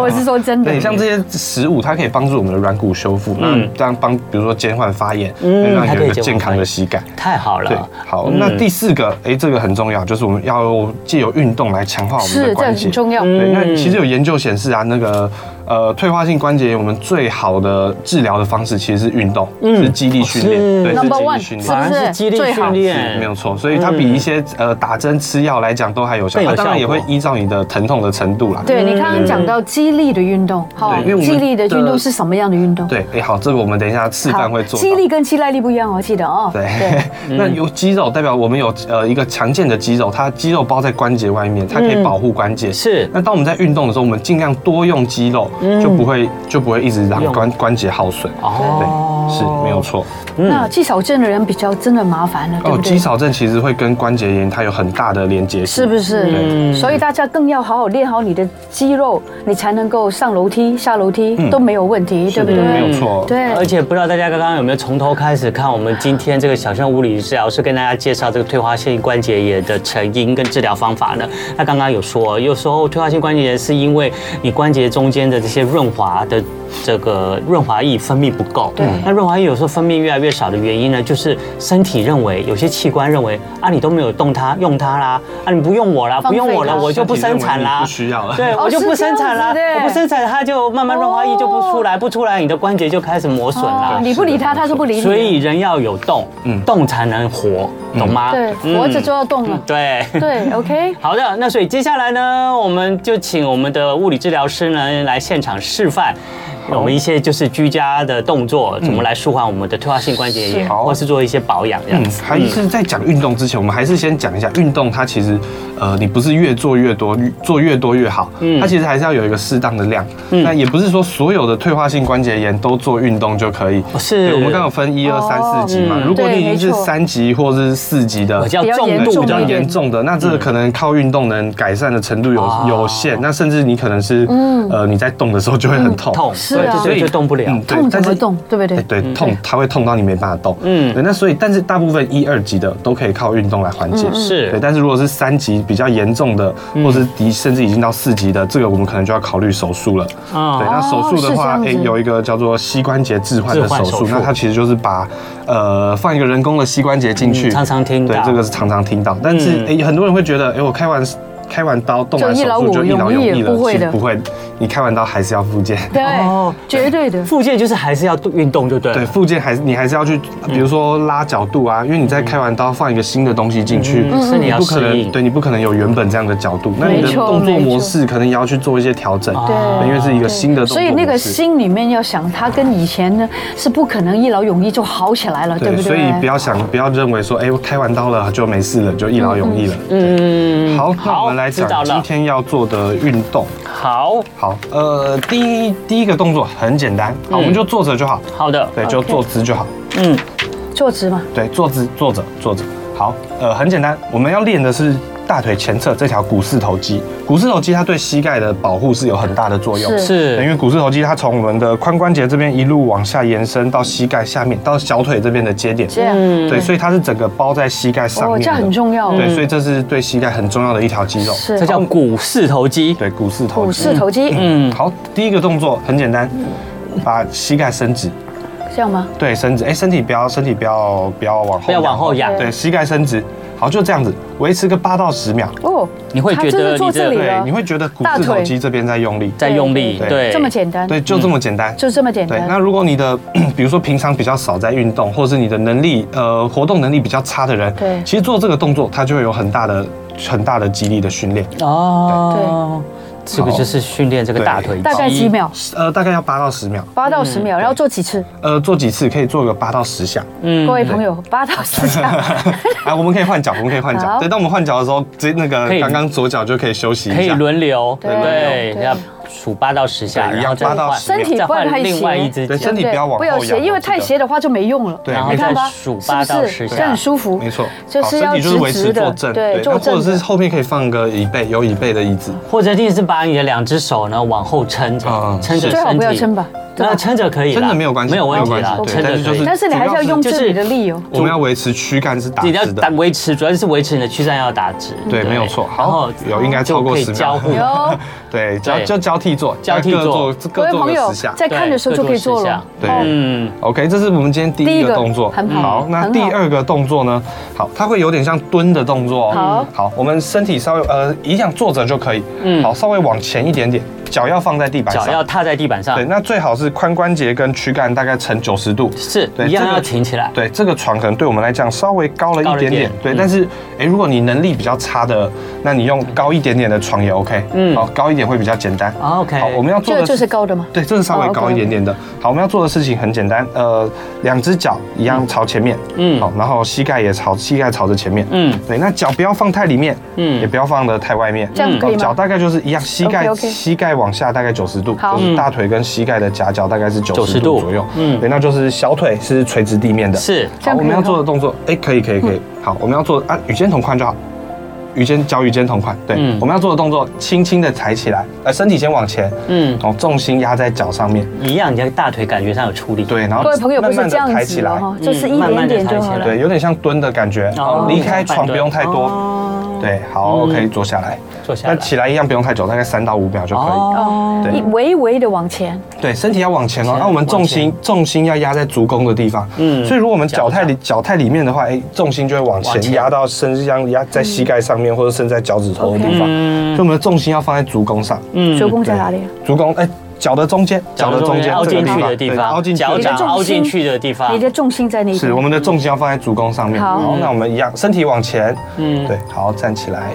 Speaker 2: 我是说真的。
Speaker 4: 对，像这些食物，它可以帮助我们的软骨修复，那
Speaker 3: 嗯
Speaker 4: 这样帮，比如说减缓发炎，
Speaker 3: 嗯
Speaker 4: 让
Speaker 3: 它
Speaker 4: 你
Speaker 3: 可以
Speaker 4: 有一个
Speaker 3: 减
Speaker 4: 健
Speaker 3: 缓
Speaker 4: 康的膝盖。
Speaker 3: 太好
Speaker 4: 对
Speaker 3: 了，。
Speaker 4: 好，
Speaker 3: 嗯
Speaker 4: 那第四个，哎、这个很重要，就是我们要借由运动来强化我们
Speaker 2: 是
Speaker 4: 的
Speaker 2: 这
Speaker 4: 关
Speaker 2: 很
Speaker 4: 节。
Speaker 2: 重要。
Speaker 4: 对，那
Speaker 3: 嗯
Speaker 4: 其实有研究显示啊，那个呃退化性关节炎，我们最好的治疗的方式其实是运动，是肌力训练，
Speaker 3: 嗯哦是
Speaker 4: 对，是
Speaker 2: Number
Speaker 4: 肌
Speaker 2: one，
Speaker 4: 力训
Speaker 2: 是不
Speaker 4: 练。嗯
Speaker 3: 反而是肌力
Speaker 2: 最好
Speaker 3: 训练，
Speaker 4: 没有错，所以它比一些呃打针吃药来讲都还有效，
Speaker 3: 更有
Speaker 4: 它当然
Speaker 3: 效
Speaker 4: 也
Speaker 3: 果
Speaker 4: 会依照你的疼痛的程度啦。
Speaker 2: 对你刚刚讲到激励的运动，哈
Speaker 4: 对因为我们
Speaker 2: 激励的运动
Speaker 4: 的
Speaker 2: 是什么样的运动？
Speaker 4: 对，哎、好，这个我们等一下示
Speaker 2: 好，
Speaker 4: 范会做到。
Speaker 2: 肌力跟肌耐力不一样哦，记得哦。
Speaker 4: 对， 那有肌肉代表我们有呃一个强健的肌肉，它肌肉包在关节外面，它可以保护关节。
Speaker 3: 是
Speaker 4: 那当我们在运动的时候，我们尽量多用肌肉，就不会就不会一直让
Speaker 3: 用
Speaker 4: 关关节耗损。
Speaker 3: 哦
Speaker 4: 对，是没有错。
Speaker 2: 那肌少症的人比较真的麻烦了，对
Speaker 4: 嗯哦
Speaker 2: 不，对
Speaker 4: 肌？少症其实会跟关节炎它有很大的连接性。
Speaker 2: 是不是？
Speaker 3: 嗯
Speaker 2: 所以大家更要好好练好你的肌肉，你才能够上楼梯、下楼梯都没有问题，对不对？
Speaker 4: 嗯没有错。
Speaker 2: 对，啊
Speaker 3: 而且不知道大家刚刚有没有从头开始看我们今天这个小象物理治疗师跟大家介绍这个退化性关节炎的成因跟治疗方法呢？那刚刚有说，有时候退化性关节炎是因为你关节中间的这些润滑的这个润滑液分泌不够。
Speaker 2: 对
Speaker 3: 那润滑液有时候分泌越来越少的原因呢，就是身体认为有些器官认为啊，你都没有动它用它啦，啊你不用我啦，
Speaker 2: 放
Speaker 3: 不
Speaker 2: 废
Speaker 3: 用我了，
Speaker 2: 它
Speaker 3: 我就不生产啦，
Speaker 4: 身体认为你不需 要
Speaker 3: 对
Speaker 4: 了
Speaker 2: 哦
Speaker 3: 我就是不生产啦
Speaker 2: 这样，子的
Speaker 3: 我不生产它就慢慢润滑液就不出来，不出来你的关节就开始磨损啦
Speaker 2: 哦。你不理他，他就不理你。
Speaker 3: 所以人要有动，
Speaker 4: 嗯
Speaker 3: 动才能活，懂吗？
Speaker 4: 啊
Speaker 2: 对，
Speaker 3: 嗯
Speaker 2: 活着就要动了。
Speaker 3: 对。
Speaker 4: 嗯
Speaker 2: 对，OK。
Speaker 3: 好的，那所以接下来呢，我们就请我们的物理治疗师呢来现场示范。我们一些就是居家的动作，怎么来舒缓我们的退化性关节炎，
Speaker 4: 嗯好啊
Speaker 3: 或是做一些保养这样
Speaker 4: 嗯
Speaker 3: 子，。
Speaker 4: 还是在讲运动之前，我们还是先讲一下运动。它其实，呃，你不是越做越多，越做越多越好。
Speaker 3: 嗯
Speaker 4: 它其实还是要有一个适当的量。那也不是说所有的退化性关节炎都做运动就可以。
Speaker 3: 哦是哦嗯
Speaker 4: 对我们刚刚有分一二三四级嘛。如果你已经
Speaker 2: 对没
Speaker 4: 是
Speaker 2: 错
Speaker 4: 三级或者是四级的，
Speaker 3: 比较
Speaker 2: 比较
Speaker 3: 重
Speaker 2: 严
Speaker 3: 度
Speaker 2: 重
Speaker 4: 比较
Speaker 2: 一
Speaker 3: 的
Speaker 2: 点
Speaker 4: 严重的，那这个可能靠运动能改善的程度有、
Speaker 3: 哦
Speaker 4: 有限，那甚至你可能是，
Speaker 2: 嗯
Speaker 4: 呃，你在动的时候就会很
Speaker 3: 嗯
Speaker 4: 痛，嗯
Speaker 3: 痛，
Speaker 2: 是
Speaker 3: 对
Speaker 2: 啊
Speaker 3: 对对，就动不了。
Speaker 4: 对
Speaker 2: 痛怎
Speaker 4: 但
Speaker 2: 么
Speaker 4: 是
Speaker 2: 动，对不对
Speaker 4: 哎？对，痛它会痛到你没办法动，
Speaker 3: 嗯
Speaker 4: 嗯，那所以但是大部分一二级的都可以靠运动来缓解，
Speaker 3: 是
Speaker 4: 对，但是如果是三级比较严重的，
Speaker 3: 嗯
Speaker 4: 或是敌甚至已经到四级的，这个我们可能就要考虑手术了。
Speaker 3: 啊
Speaker 4: 对，那手术的话
Speaker 2: 哦，是这
Speaker 4: 哎、
Speaker 2: 样子
Speaker 4: 有一个叫做膝关节置换的
Speaker 3: 置换
Speaker 4: 手
Speaker 3: 手
Speaker 4: 术
Speaker 3: 术，
Speaker 4: 那它其实就是把呃放一个人工的膝关节进去、
Speaker 3: 嗯常常听
Speaker 4: 对
Speaker 3: 到，嗯
Speaker 4: 这个是常常听到，但是哎、很多人会觉得，哎、我开完开完刀动完
Speaker 2: 就一劳
Speaker 4: 手术就
Speaker 2: 永
Speaker 4: 一劳
Speaker 2: 逸
Speaker 4: 永
Speaker 2: 也
Speaker 4: 逸了，
Speaker 2: 不会
Speaker 4: 其
Speaker 2: 的
Speaker 4: 实不会，你开完刀还是要复健。
Speaker 2: 对
Speaker 3: 哦，
Speaker 2: 绝对的。
Speaker 3: 附件就是还是要运动就对嗯了。
Speaker 4: 对，附件还是你还是要去，比如说拉角度啊，因为你在开完刀放一个新的东西进去，
Speaker 3: 嗯是你要
Speaker 4: 不
Speaker 3: 适
Speaker 4: 可能，
Speaker 3: 应
Speaker 4: 对你不可能有原本这样的角度，那你的
Speaker 2: 没错
Speaker 4: 动作
Speaker 2: 没错
Speaker 4: 模式可能也要去做一些调整，
Speaker 3: 啊
Speaker 2: 对
Speaker 4: 因为是一个新的动作
Speaker 2: 所
Speaker 4: 模式。
Speaker 2: 以那个心里面要想，他跟以前呢是不可能一劳永逸就好起来了，对
Speaker 4: 对，
Speaker 2: 不对？
Speaker 4: 所以不要想，不要认为说，哎，我开完刀了就没事了，就一劳永逸了。
Speaker 3: 嗯，
Speaker 4: 好，那我们来
Speaker 3: 知道
Speaker 4: 讲
Speaker 3: 了
Speaker 4: 今天要做的运动。
Speaker 3: 好
Speaker 4: 好，呃，第一第一个动作很简单，
Speaker 3: 嗯
Speaker 4: 好，我们就坐着就好，
Speaker 3: 好的，
Speaker 4: 对，就坐姿就好，
Speaker 3: 嗯，
Speaker 2: 坐直嘛，
Speaker 4: 对，坐姿坐着坐着。好，呃，很简单，我们要练的是大腿前侧这条股四头肌。股四头肌它对膝盖的保护是有很大的作用，
Speaker 2: 是
Speaker 4: 对因
Speaker 3: 是
Speaker 4: 为股四头肌它从我们的髋关节这边一路往下延伸到膝盖下面，到小腿这边的接点。
Speaker 2: 这样。嗯
Speaker 4: 对，所以它是整个包在膝盖嗯上
Speaker 2: 哦，
Speaker 4: 面
Speaker 2: 这
Speaker 4: 的。
Speaker 2: 样很重要。
Speaker 4: 对，所以这是对膝盖很重要的一条肌肉。
Speaker 2: 是哦
Speaker 3: 这叫股四头肌，
Speaker 4: 对，股四头
Speaker 2: 股
Speaker 4: 肌。
Speaker 2: 四头肌，
Speaker 3: 嗯，
Speaker 4: 好，第一个动作很简单，把膝盖伸直。
Speaker 2: 这样吗？
Speaker 4: 对，伸直。哎，身体不要，身体不要，不要往后，
Speaker 3: 不要往后仰
Speaker 4: 对，膝盖伸直。好，就这样子，维持个八到十秒。
Speaker 2: 哦，
Speaker 3: 你会觉得
Speaker 2: 他真的坐这里
Speaker 4: 对，你
Speaker 2: 了，
Speaker 4: 会觉得
Speaker 2: 哦
Speaker 4: 股
Speaker 2: 大
Speaker 4: 四头
Speaker 2: 腿
Speaker 4: 肌这边在用力。
Speaker 3: 在用力，
Speaker 4: 对
Speaker 3: 对，
Speaker 2: 这么简单，
Speaker 4: 对，就这么简单。
Speaker 2: 就这么简
Speaker 4: 对，
Speaker 2: 单。
Speaker 4: 那如果你的 比如说平常比较少在运动，或者是你的能力呃活动能力比较差的人，
Speaker 2: 对
Speaker 4: 其实做这个动作，它就会有很大的很大的激励的训练，
Speaker 3: 哦，这个就是训练这个大腿肌，
Speaker 2: 大概几？秒？
Speaker 4: 呃，大概要八到十秒，
Speaker 2: 八到
Speaker 3: 嗯
Speaker 2: 十秒，然后做几次？
Speaker 4: 呃，做几次可以做个八到 十下。
Speaker 3: 嗯
Speaker 2: 各位朋友，八到十下，
Speaker 4: 哎，我们可以换脚，我们可以换
Speaker 2: 好
Speaker 4: 脚。对，当我们换脚的时候，直接那个
Speaker 3: 可以
Speaker 4: 刚刚左脚就可以休息
Speaker 3: 可
Speaker 4: 一
Speaker 3: 以
Speaker 4: 下。
Speaker 3: 轮流，
Speaker 2: 对
Speaker 3: 对，
Speaker 2: 对
Speaker 3: 要数八到十下，
Speaker 4: 对
Speaker 3: 然后再
Speaker 4: 要八到
Speaker 3: 换
Speaker 4: 十秒
Speaker 2: 身体
Speaker 3: 再
Speaker 2: 不能太
Speaker 3: 换
Speaker 2: 斜
Speaker 3: 另外一只
Speaker 4: 对
Speaker 3: 脚
Speaker 4: 身体，不要往后
Speaker 2: 不要斜，
Speaker 4: 仰
Speaker 2: 因为
Speaker 4: 我记得
Speaker 2: 太斜的话就没用了。
Speaker 4: 对
Speaker 3: 然后
Speaker 2: 你看吧，
Speaker 3: 再
Speaker 2: 是
Speaker 3: 数
Speaker 2: 不
Speaker 3: 八到十
Speaker 2: 是？
Speaker 3: 下
Speaker 2: 这很舒服，
Speaker 4: 没错，
Speaker 2: 就是
Speaker 4: 好
Speaker 2: 要
Speaker 4: 身体就是维
Speaker 2: 直
Speaker 4: 持
Speaker 2: 直
Speaker 4: 坐
Speaker 2: 的，
Speaker 4: 正，
Speaker 2: 对，
Speaker 4: 那
Speaker 2: 坐
Speaker 4: 或者
Speaker 2: 正
Speaker 4: 是
Speaker 2: 的。
Speaker 4: 后面可以放个椅背，有椅背的椅子，
Speaker 3: 或者一定是把你的两只手呢往后撑着
Speaker 4: 嗯，
Speaker 3: 撑着
Speaker 2: 最好
Speaker 3: 身
Speaker 2: 不要
Speaker 3: 体，
Speaker 2: 撑吧，对
Speaker 3: 那
Speaker 2: 吧？
Speaker 3: 撑着可以啦，
Speaker 4: 真的没有关系，
Speaker 3: 没有问题
Speaker 4: 没
Speaker 3: 啦
Speaker 4: 有，关系
Speaker 3: 撑
Speaker 4: 对
Speaker 3: 着可
Speaker 4: 但是就
Speaker 3: 以
Speaker 4: 是。
Speaker 2: 但是你还是要用
Speaker 3: 就是
Speaker 2: 自己的力哦。
Speaker 4: 我们要维持躯干是打
Speaker 3: 你要
Speaker 4: 直的
Speaker 3: 打。维持，主要是维持你的躯干要打直。
Speaker 4: 对，没有错。好，有应该超过
Speaker 3: 就可以
Speaker 4: 十
Speaker 3: 交
Speaker 4: 秒
Speaker 3: 互。
Speaker 2: 有
Speaker 4: 对，交
Speaker 3: 对
Speaker 4: 就交替做，
Speaker 3: 交替
Speaker 4: 各
Speaker 3: 做
Speaker 4: 做
Speaker 2: 各
Speaker 4: 各
Speaker 2: 位
Speaker 4: 做
Speaker 2: 朋
Speaker 4: 个
Speaker 2: 友
Speaker 4: 十下。
Speaker 2: 在看的时候就可以做了。
Speaker 4: 对
Speaker 2: 哦
Speaker 3: 嗯，
Speaker 4: OK，这是我们今天第
Speaker 2: 第一
Speaker 4: 一
Speaker 2: 个
Speaker 4: 个动作，
Speaker 2: 很好
Speaker 4: 好，那
Speaker 2: 很好
Speaker 4: 第二个动作呢？好，它会有点像蹲的动作哦。
Speaker 2: 好
Speaker 4: 好，我们身体稍微呃，一样坐着就可以。嗯，好，稍微往前一点点，脚要放在地板
Speaker 3: 脚
Speaker 4: 上
Speaker 3: 要。踏在地板上
Speaker 4: 对，，那最好是髋关节跟躯干大概呈九十度。
Speaker 3: 是
Speaker 4: 对
Speaker 3: 一样
Speaker 4: 这个
Speaker 3: 要挺起来。
Speaker 4: 对，这个床可能对我们来讲稍微高了一
Speaker 3: 高了一
Speaker 4: 点点
Speaker 3: 点，
Speaker 4: 对。
Speaker 3: 嗯
Speaker 4: 但是，哎，如果你能力比较差的，那你用高一点点的床也 OK。
Speaker 3: 嗯
Speaker 4: 嗯，好，高一点会比较简单。
Speaker 3: 啊 OK
Speaker 4: 好，我们要做
Speaker 2: 这
Speaker 4: 的
Speaker 2: 个就是高的嘛。
Speaker 4: 对，这是稍
Speaker 2: 哦
Speaker 4: 微
Speaker 2: ，OK，
Speaker 4: 高一点点的。好，我们要做的事情很简单，呃，两只脚一样朝前面，
Speaker 3: 嗯
Speaker 4: 嗯，好，然后膝盖也朝膝盖朝着前面，
Speaker 3: 嗯
Speaker 4: 嗯，对，那脚不要放太里面，
Speaker 3: 嗯
Speaker 4: 嗯，也不要放的太外面，
Speaker 2: 这样可以吗
Speaker 4: 嗯好脚大概就是一样，膝盖
Speaker 2: OK，OK
Speaker 4: 膝盖往下大概九十度，
Speaker 2: 好
Speaker 4: 就是大腿跟膝盖的夹角大概是九
Speaker 3: 90
Speaker 4: 十
Speaker 3: 度
Speaker 4: 度左右，
Speaker 3: 嗯
Speaker 4: 嗯，对，那就是小腿是垂直地面的，
Speaker 3: 是
Speaker 2: 这样
Speaker 4: 好，我
Speaker 2: 可以
Speaker 4: 们要
Speaker 2: 吗嗯
Speaker 4: 做的动作，哎、可以，可以，可以。好，我们要做啊，与肩同宽就好，与肩脚与肩同宽。对，
Speaker 3: 嗯
Speaker 4: 我们要做的动作，轻轻的抬起来，呃，身体先往前，
Speaker 3: 嗯，
Speaker 4: 哦，重心压在脚上面，
Speaker 3: 一样，你的大腿感觉上有出力。
Speaker 4: 对，然后
Speaker 2: 各位朋友不
Speaker 4: 慢
Speaker 2: 是
Speaker 4: 慢
Speaker 2: 这
Speaker 4: 的
Speaker 2: 样
Speaker 4: 抬
Speaker 2: 子哦
Speaker 4: 起
Speaker 2: 了
Speaker 4: 来，
Speaker 2: 哈，就是一
Speaker 3: 慢嗯慢
Speaker 2: 点点
Speaker 3: 地
Speaker 2: 就
Speaker 3: 抬起
Speaker 2: 好
Speaker 3: 来
Speaker 2: 了。
Speaker 4: 对，有点像蹲的感觉，
Speaker 3: 哦
Speaker 4: 哦，离开
Speaker 3: 半
Speaker 4: 床
Speaker 3: 蹲
Speaker 4: 不用太多，
Speaker 3: 哦
Speaker 4: 对，好
Speaker 3: 嗯
Speaker 4: ，OK，坐下来，
Speaker 3: 坐下来
Speaker 4: 那起来一样不用太久，大概三到五秒就可以。
Speaker 3: 哦，
Speaker 4: 对
Speaker 2: 一微微的往前，
Speaker 3: 嗯
Speaker 4: 对，身体要往前哦，
Speaker 3: 前
Speaker 4: 那我们重
Speaker 3: 往
Speaker 4: 心重心要压在足弓的地方，
Speaker 3: 嗯
Speaker 4: 嗯，所以如果我们
Speaker 3: 脚
Speaker 4: 脚太里脚太里面的话，哎，重心就会往
Speaker 3: 往前嗯
Speaker 4: 前压到身上，压
Speaker 2: 嗯
Speaker 4: 在膝盖上面或者伸在脚趾头的地方，所以我们的重心要放在足弓上，
Speaker 3: 嗯
Speaker 2: 足弓在哪里？啊
Speaker 4: 足弓哎脚的中间，
Speaker 3: 脚的中间凹
Speaker 4: 这个
Speaker 3: 进去的地
Speaker 4: 对
Speaker 3: 方，
Speaker 4: 凹进去
Speaker 3: 脚
Speaker 4: 的地
Speaker 2: 你
Speaker 4: 方
Speaker 2: 的
Speaker 3: 掌
Speaker 2: 重心
Speaker 3: 凹进去的地方
Speaker 2: 你。的重心在那边。
Speaker 4: 是我们的重心要放在足弓上面。
Speaker 2: 好
Speaker 4: 好，那我们一样，身体往前，
Speaker 3: 嗯
Speaker 4: 对，好，站起来，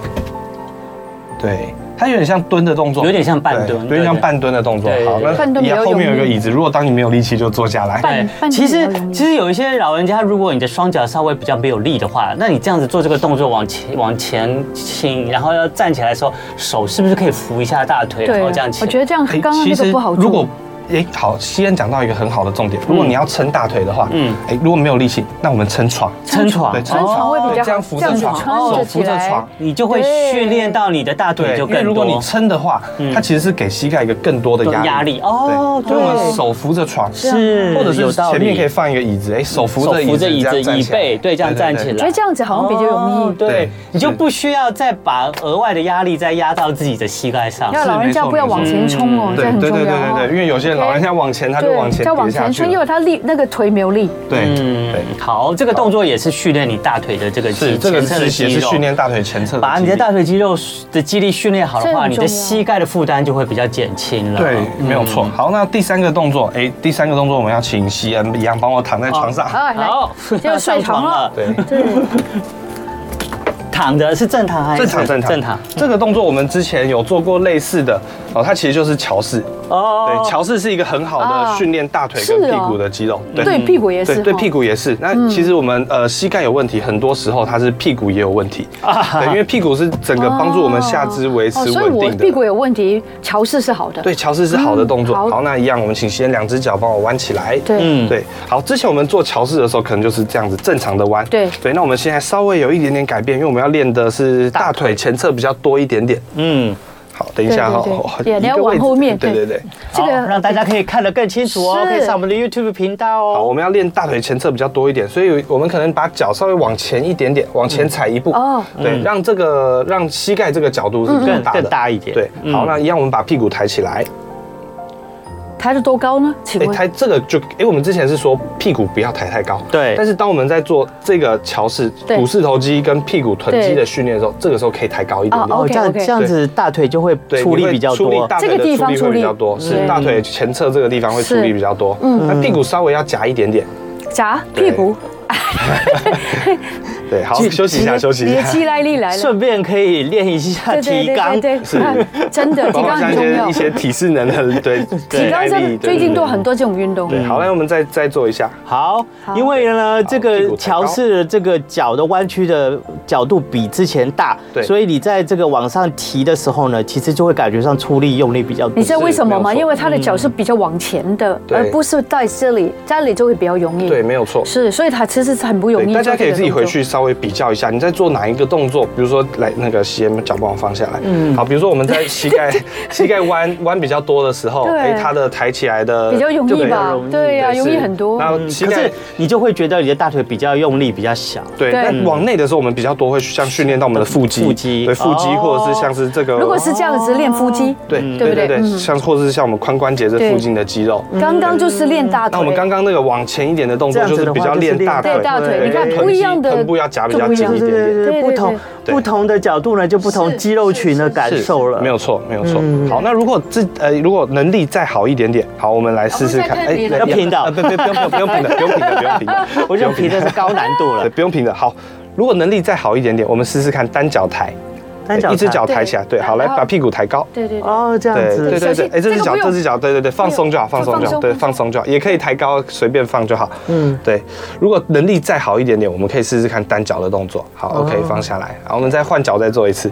Speaker 4: 对，它有点像蹲的动作，
Speaker 3: 有点像半蹲
Speaker 4: 对有
Speaker 3: 对
Speaker 4: 点像
Speaker 3: 对
Speaker 4: 半蹲的动作。
Speaker 3: 对
Speaker 4: 好，那
Speaker 2: 半蹲比较
Speaker 4: 也后面有一个
Speaker 2: 容易
Speaker 4: 椅子，如果当你没有力气就坐下来。
Speaker 2: 半
Speaker 3: 对，
Speaker 2: 半
Speaker 3: 哎其实
Speaker 2: 比较容易
Speaker 3: 其实有一些老人家，如果你的双脚稍微比较没有力的话，那你这样子做这个动作往前往前倾，然后要站起来的时候，手是不是可以扶一下大腿，然后这样起
Speaker 2: 我
Speaker 3: 来？
Speaker 2: 觉得这样
Speaker 4: 哎
Speaker 2: 刚刚
Speaker 4: 其
Speaker 2: 那
Speaker 4: 实
Speaker 2: 个不好做。嗯
Speaker 4: 如果哎，好，西恩讲到一个很好的重点，如果你要撑大腿的话，
Speaker 3: 嗯
Speaker 4: 嗯，哎，如果没有力气，那我们撑床，
Speaker 3: 撑床，
Speaker 4: 对，
Speaker 2: 撑床哦会比较好
Speaker 4: 对这样扶着
Speaker 2: 这样
Speaker 4: 床
Speaker 2: 子，撑
Speaker 4: 手
Speaker 2: 着
Speaker 4: 扶
Speaker 2: 起
Speaker 4: 着
Speaker 2: 来
Speaker 4: 床，
Speaker 3: 你就会
Speaker 2: 对
Speaker 3: 训练到你的大腿
Speaker 4: 对，
Speaker 3: 就
Speaker 4: 因为
Speaker 3: 更
Speaker 4: 如果你
Speaker 3: 多。嗯
Speaker 4: 撑的话，它其实是给膝盖一个更多的压力。
Speaker 3: 压力哦，
Speaker 4: 对，所以我们
Speaker 3: 对，
Speaker 4: 手扶着床，
Speaker 2: 啊
Speaker 3: 是
Speaker 4: 或者
Speaker 3: 有
Speaker 4: 是
Speaker 3: 道理
Speaker 4: 前面可以放一个椅子，哎，手扶
Speaker 3: 手
Speaker 4: 着椅
Speaker 3: 扶
Speaker 4: 子，
Speaker 3: 着椅
Speaker 4: 这
Speaker 3: 子
Speaker 4: 样站
Speaker 3: 椅
Speaker 4: 起来
Speaker 3: 背，对，这样站起来。
Speaker 2: 觉得这样子好像比较容
Speaker 3: 哦
Speaker 2: 易。
Speaker 3: 对
Speaker 4: 对，
Speaker 3: 你就是不需要再把额外的压力再压到自己的膝盖
Speaker 4: 啊
Speaker 3: 上。
Speaker 2: 要老人家不要往前冲哦，这
Speaker 4: 对
Speaker 2: 很
Speaker 4: 嗯对
Speaker 2: 重
Speaker 4: 对对
Speaker 2: 要哦。
Speaker 4: 对对，因为有些人老人家往前，他就往前
Speaker 2: 要往
Speaker 4: 跌下
Speaker 2: 前
Speaker 4: 去
Speaker 2: 冲，因
Speaker 4: 了。
Speaker 2: 为他力那个腿没有力。
Speaker 4: 对
Speaker 3: 嗯，
Speaker 4: 对，
Speaker 3: 好，这个动作也是训练你大腿的这个肌
Speaker 4: 是这个
Speaker 3: 前侧
Speaker 4: 是
Speaker 3: 的
Speaker 4: 也
Speaker 3: 肌
Speaker 4: 是
Speaker 3: 肉，
Speaker 4: 训练大腿前侧的肌力。
Speaker 3: 把你的大腿肌肉的肌力训练好的
Speaker 2: 这
Speaker 3: 话，
Speaker 2: 很
Speaker 3: 你
Speaker 2: 重要
Speaker 3: 的膝盖的负担就会比较减轻了。嗯
Speaker 4: 对，没有错。好，那第三个动作，哎，第三个动作我们要请西恩一样帮我躺在床上。
Speaker 2: 啊，来，
Speaker 3: 好，
Speaker 2: 要睡床了。
Speaker 4: 对，
Speaker 2: 对，
Speaker 3: 躺着是正躺还是
Speaker 4: 正常正常
Speaker 3: 正躺？
Speaker 4: 这个动作我们之前有做过类似的哦，它其实就是桥式。
Speaker 3: 哦
Speaker 4: 对，桥式是一个很好的
Speaker 2: 啊
Speaker 4: 训练大腿跟
Speaker 2: 是
Speaker 4: 屁
Speaker 2: 哦
Speaker 4: 股的肌肉。
Speaker 2: 对
Speaker 3: 嗯
Speaker 2: 屁股也是哦嗯
Speaker 4: 对对，
Speaker 2: 哈
Speaker 4: 屁股也是。那其实我们呃膝盖有问题，很多时候它是屁股也有问题。
Speaker 3: 啊
Speaker 4: 对，因为屁股是整个帮助我们下肢维持
Speaker 2: 哦所以
Speaker 4: 稳
Speaker 2: 我
Speaker 4: 定
Speaker 2: 屁股
Speaker 4: 的。
Speaker 2: 有问题，桥式是好的。
Speaker 4: 对，桥式是好的动
Speaker 2: 嗯
Speaker 4: 作。
Speaker 2: 好
Speaker 4: 好，那一样，我们请先两只脚帮我弯起来。
Speaker 2: 对
Speaker 3: 嗯
Speaker 4: 对，好，之前我们做桥式的时候，可能就是这样子正常的弯。
Speaker 2: 对
Speaker 4: 对，那我们现在稍微有一点点改变，因为我们要练的是大腿前侧比较多一点点。
Speaker 3: 嗯，
Speaker 4: 好，等一下哈
Speaker 2: 对对对，
Speaker 4: 好
Speaker 2: 对你要
Speaker 4: 一个位置
Speaker 2: 往后面
Speaker 4: 对
Speaker 2: 对
Speaker 4: 对对。
Speaker 2: 这
Speaker 3: 好，
Speaker 2: 个
Speaker 3: 让大家可以看得更清楚哦，
Speaker 2: 是
Speaker 3: 可以上我们的 YouTube 频道
Speaker 4: 好，我
Speaker 3: 哦。
Speaker 4: 们要练大腿前侧比较多一点，所以我们可能把脚稍微往前一点点，往前踩一步，
Speaker 2: 哦嗯
Speaker 4: 对，让这个让膝盖这个角度是
Speaker 3: 更
Speaker 4: 更大的，
Speaker 3: 嗯更大一点，嗯
Speaker 4: 对，好，那一样我们把屁股抬起来，
Speaker 2: 抬得多高呢？请
Speaker 4: 哎，
Speaker 2: 问
Speaker 4: 抬这个就，哎，我们之前是说屁股不要抬太高，
Speaker 3: 对
Speaker 4: 但是当我们在做这个桥式
Speaker 2: 对
Speaker 4: 股四头肌跟屁股臀肌
Speaker 2: 对
Speaker 4: 的训练的时候，这个时候可以抬高一点点
Speaker 2: 哦
Speaker 3: 哦，这样
Speaker 2: OK，OK
Speaker 3: 这样子大腿就会
Speaker 4: 对，
Speaker 3: 出
Speaker 4: 你
Speaker 3: 力
Speaker 4: 会
Speaker 3: 比较
Speaker 4: 出力
Speaker 3: 多。
Speaker 4: 大
Speaker 2: 这
Speaker 4: 腿
Speaker 2: 个地
Speaker 4: 的出
Speaker 2: 方
Speaker 4: 力
Speaker 2: 出
Speaker 4: 会比
Speaker 2: 力
Speaker 4: 较多，是
Speaker 2: 对
Speaker 4: 大腿前侧这个地方会出
Speaker 2: 是
Speaker 4: 力比较多，嗯，那屁股稍微要夹一点点，
Speaker 2: 夹屁股，
Speaker 4: 对，好，
Speaker 3: 其
Speaker 4: 休息一下，
Speaker 3: 其实
Speaker 4: 休息
Speaker 2: 你
Speaker 4: 一
Speaker 2: 的
Speaker 4: 下。
Speaker 2: 肌耐力来了。
Speaker 3: 顺便可以练一下
Speaker 2: 对
Speaker 3: 提
Speaker 2: 对
Speaker 3: 肛
Speaker 2: 对，对对，啊真 的提
Speaker 4: 包括
Speaker 2: 纲
Speaker 4: 像
Speaker 2: 很
Speaker 4: 一
Speaker 2: 重
Speaker 4: 些
Speaker 2: 要
Speaker 4: 一。些体适能的 对
Speaker 2: 提纲
Speaker 4: 耐
Speaker 2: 真的
Speaker 4: 力
Speaker 2: 最近
Speaker 4: 对
Speaker 2: 做很多这种运动。
Speaker 4: 对，好，来我们再再做一下，
Speaker 3: 好，
Speaker 2: 好
Speaker 3: 因为呢，这
Speaker 4: 屁
Speaker 3: 个
Speaker 4: 股抬高
Speaker 3: 乔氏的这个脚的弯曲的角度比之前大，
Speaker 4: 对
Speaker 3: 所以你在这个往上提的时候呢，其实就会感觉上出力用力比较多。
Speaker 2: 你知道为什么吗？
Speaker 4: 是没有错嗯
Speaker 2: 因为他的脚是比较往前的，
Speaker 4: 对
Speaker 2: 而不是在这里，这里就会比较容易。
Speaker 4: 对，，没有错。
Speaker 2: 是，所以他其实是很不容
Speaker 4: 对，
Speaker 2: 易。
Speaker 4: 大家可以自己回。去稍微比较一下，你在做哪一个动作？比如说来那个斜脚帮我放下来，嗯，好，比如说我们在膝盖膝盖弯弯比较多的时候，
Speaker 2: 对
Speaker 4: 哎，它的抬起来的
Speaker 2: 比较容
Speaker 4: 就
Speaker 2: 易吧
Speaker 3: 容易？
Speaker 2: 对呀，
Speaker 4: 对
Speaker 2: 容易
Speaker 4: 是
Speaker 2: 很多。
Speaker 4: 然后
Speaker 3: 嗯
Speaker 4: 膝
Speaker 3: 可
Speaker 4: 盖
Speaker 3: 是你就会觉得你的大腿比较用力比较小。
Speaker 4: 对，
Speaker 2: 对
Speaker 4: 那往内的时候我们比较多会像训练到我们的腹肌，
Speaker 3: 腹肌
Speaker 4: 对腹肌
Speaker 3: 哦
Speaker 4: 或者是像是这个，
Speaker 2: 如果是这样子练腹肌，
Speaker 4: 对
Speaker 2: 对
Speaker 4: 对
Speaker 2: 不
Speaker 4: 对
Speaker 2: 对
Speaker 4: 对，
Speaker 2: 嗯
Speaker 4: 像或者是像我们髋关节这
Speaker 2: 对
Speaker 4: 附近的肌肉，
Speaker 2: 刚刚就是练大腿。
Speaker 4: 那我们刚刚那个往前一点的动作，就是比较练大腿，
Speaker 2: 对大腿，
Speaker 4: 对
Speaker 2: 你看
Speaker 4: 臀肌
Speaker 2: 不一样的
Speaker 4: 臀部要夹比较紧一
Speaker 2: 就
Speaker 4: 点
Speaker 2: 不一样对对
Speaker 3: 不
Speaker 4: 点。
Speaker 3: 同
Speaker 4: 对
Speaker 3: 不同的角度呢，就不同
Speaker 2: 是
Speaker 3: 肌肉群的感
Speaker 4: 是
Speaker 3: 受了。嗯
Speaker 4: 没有错，没有错。好，那如果自呃，如果能力再好一点点，好，我们来试试看。
Speaker 2: 我们再看你的
Speaker 3: 要平 的
Speaker 4: 呃不不不用不用不用平的，不用平的，不用平的，
Speaker 3: 我就提的是高难度
Speaker 4: 对，
Speaker 3: 了。
Speaker 4: 不用平的。好，如果能力再好一点点，我们试试看单脚抬，
Speaker 3: 单脚
Speaker 4: 一只
Speaker 3: 抬
Speaker 4: 脚抬起来，对，好，来
Speaker 2: 然后
Speaker 4: 把屁股抬高。
Speaker 2: 对对对，
Speaker 3: 哦，这样
Speaker 4: 对
Speaker 3: 子。
Speaker 4: 对对
Speaker 2: 小
Speaker 4: 对
Speaker 2: 心，
Speaker 4: 哎，这
Speaker 2: 这
Speaker 4: 只
Speaker 2: 个
Speaker 4: 脚
Speaker 2: 不用
Speaker 4: 这只脚，对对对，放松就好，
Speaker 2: 不用
Speaker 4: 放松就
Speaker 2: 放
Speaker 4: 好，
Speaker 2: 松
Speaker 4: 对，
Speaker 2: 放松
Speaker 4: 放松就好，也可以抬高，随便放就好。
Speaker 3: 嗯
Speaker 4: 嗯，对。如果能力再好一点点，我们可以试试看单脚的动作。好，OK，放
Speaker 3: 哦
Speaker 4: 下来，好，我们再换脚再做一次。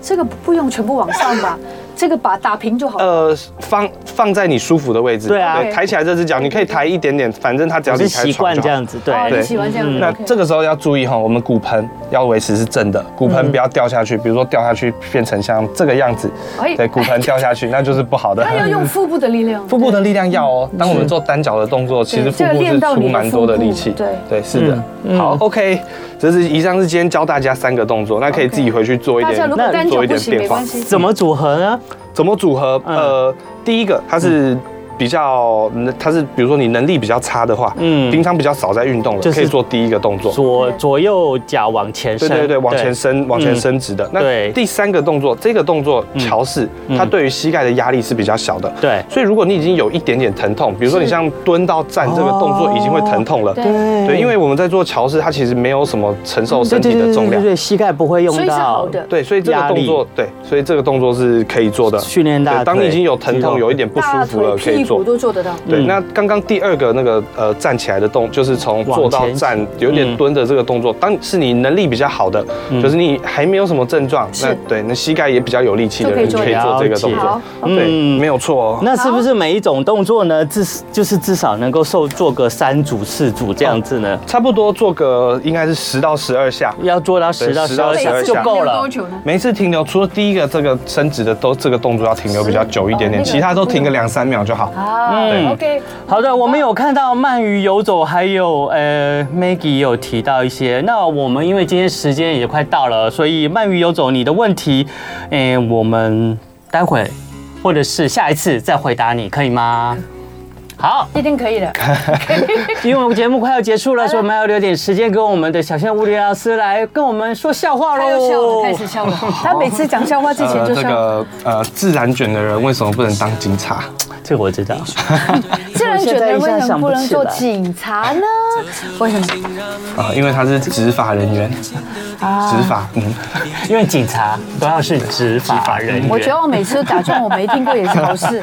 Speaker 2: 这个不用全部往上吧，这个把打平就好。
Speaker 4: 呃，放放在你舒服的位置。
Speaker 3: 对啊
Speaker 4: 抬起来这只脚，你可以抬一点点，反正它只要
Speaker 3: 我
Speaker 4: 离
Speaker 3: 是
Speaker 4: 开
Speaker 3: 习
Speaker 4: 床
Speaker 3: 惯
Speaker 4: 就
Speaker 3: 这
Speaker 4: 好。
Speaker 3: 样子，对。
Speaker 2: 哦，
Speaker 4: 呃对嗯
Speaker 2: 你喜欢这样子。
Speaker 4: 那
Speaker 2: OK
Speaker 4: 这个时候要注意哈，我们骨盆要维持是正的，
Speaker 2: 嗯
Speaker 4: 骨盆不要掉下去。比如说掉下去变成像这个样子
Speaker 2: 哎，
Speaker 4: 对，骨盆掉下去那就是不 好的。
Speaker 2: 那要用嗯腹部的力量。
Speaker 4: 腹部的力量要哦。当我们做单脚的动作，其实腹部是出蛮多的力气。
Speaker 2: 对嗯
Speaker 4: 对，是的。好，OK，这是以上是今天教大家三个动作，那可以自己回去做一
Speaker 2: 大家
Speaker 4: 点
Speaker 2: 如果单，脚
Speaker 4: 做一
Speaker 2: 不
Speaker 4: 点
Speaker 2: 行没
Speaker 4: 变化
Speaker 2: 关。系，
Speaker 3: 怎么组合呢？嗯
Speaker 4: 怎么组合？呃，第一个它是。比较，嗯它是比如说你能力比较差的话，
Speaker 3: 嗯
Speaker 4: 嗯，平常比较少在运动的，
Speaker 3: 就是
Speaker 4: 可以做第一个动作。
Speaker 3: 左左右脚往前
Speaker 4: 对
Speaker 3: 伸，
Speaker 4: 对对，往前伸，往前伸直的。
Speaker 3: 嗯对嗯
Speaker 4: 那第三个动作，这个动作桥式，它对于膝盖的压力是比较小的。
Speaker 3: 对
Speaker 4: 所以如果你已经有一点点疼痛，比如说你像蹲到站这个动
Speaker 3: 哦
Speaker 4: 作已经会疼痛了。
Speaker 2: 对
Speaker 4: 对，因为我们在做桥式，它其实没有什么承受
Speaker 3: 对
Speaker 4: 身
Speaker 3: 嗯对
Speaker 4: 体
Speaker 3: 对
Speaker 4: 的
Speaker 3: 对
Speaker 4: 重
Speaker 3: 对
Speaker 4: 量。
Speaker 3: 对，膝盖不会用到，
Speaker 2: 所以是好的
Speaker 4: 对，所以这个
Speaker 3: 压力
Speaker 4: 动作，对，所以这个动作是可以做的。
Speaker 3: 训练大腿
Speaker 4: 对当你已经有疼
Speaker 3: 肌肉
Speaker 4: 痛、有一点不舒
Speaker 2: 大
Speaker 4: 服了，
Speaker 2: 腿、
Speaker 4: 可以
Speaker 2: 屁股
Speaker 4: 做。
Speaker 2: 都做得到。
Speaker 4: 对，
Speaker 3: 嗯
Speaker 4: 那刚刚第二个那个呃站起来的动，就是从坐
Speaker 3: 往
Speaker 4: 到
Speaker 3: 前嗯
Speaker 4: 站，有点蹲的这个动作。当是你能力比较好的，就是你还没有什么症状，那
Speaker 2: 是
Speaker 4: 对，那膝盖也比较有力气的
Speaker 2: 就可以
Speaker 4: 人，
Speaker 2: 做
Speaker 4: 可以做这个动
Speaker 2: 好
Speaker 4: 作。对，没有错哦。
Speaker 3: 嗯那是不是每一种动作呢，至就是至少能够受做个三组四组这样子呢？
Speaker 4: 差不多做个应该是十到十二下。
Speaker 3: 要做到十到
Speaker 4: 对
Speaker 3: 十二
Speaker 4: 每
Speaker 3: 下
Speaker 4: 次
Speaker 3: 就
Speaker 4: 停
Speaker 3: 够了
Speaker 5: 多。久呢？
Speaker 4: 每一次停留，除了第一个这个伸直的都这个动作要停留比较久一点点，
Speaker 2: 是哦
Speaker 4: 其他都停个两三秒就好。嗯
Speaker 2: 啊，OK，
Speaker 3: 好的，我们有看到鳗鱼游走，还有呃 Maggie 有提到一些。那我们因为今天时间也快到了，所以鳗鱼游走你的问题，诶、我们待会或者是下一次再回答你，可以吗？好，
Speaker 2: 一定可 以的。
Speaker 3: 因为我们节目快要结束了，所以我们还要留点时间给我们的小象物理老师来跟我们说笑话
Speaker 2: 他又笑了，
Speaker 3: 喽
Speaker 2: 开。始笑
Speaker 4: 哦
Speaker 2: 了。他每次讲笑话之前
Speaker 4: 呃，
Speaker 2: 就
Speaker 4: 这
Speaker 2: 笑。
Speaker 4: 个呃，自然卷的人为什么不能当警察？
Speaker 3: 这个我知道。
Speaker 2: 自然卷的人为什么不能做警察呢？为什么？
Speaker 4: 啊、因为他是执法人员，
Speaker 2: 啊
Speaker 4: 执法，嗯，
Speaker 3: 因为警察都要是执法人员。
Speaker 2: 我觉得我每次都打中我没听过也是好事。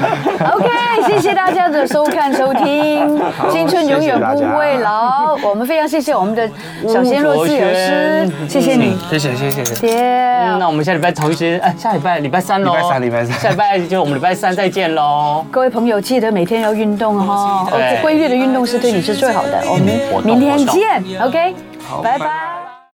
Speaker 2: OK，谢谢大家的收看收听，青春永远不会老。我们非常谢谢我们的小鲜肉自由师，谢谢你，
Speaker 4: 谢谢谢谢谢谢。
Speaker 2: 耶
Speaker 3: 嗯，那我们下礼拜同一时间，哎，下礼拜礼拜三喽。
Speaker 4: 礼拜三礼拜三
Speaker 3: 下礼拜就我们礼拜三再见喽。
Speaker 2: 各位朋友，记得每天要运动哦哈，哦
Speaker 3: 对
Speaker 2: 规律的运动是对你是最好的。我们明天见，OK，拜拜。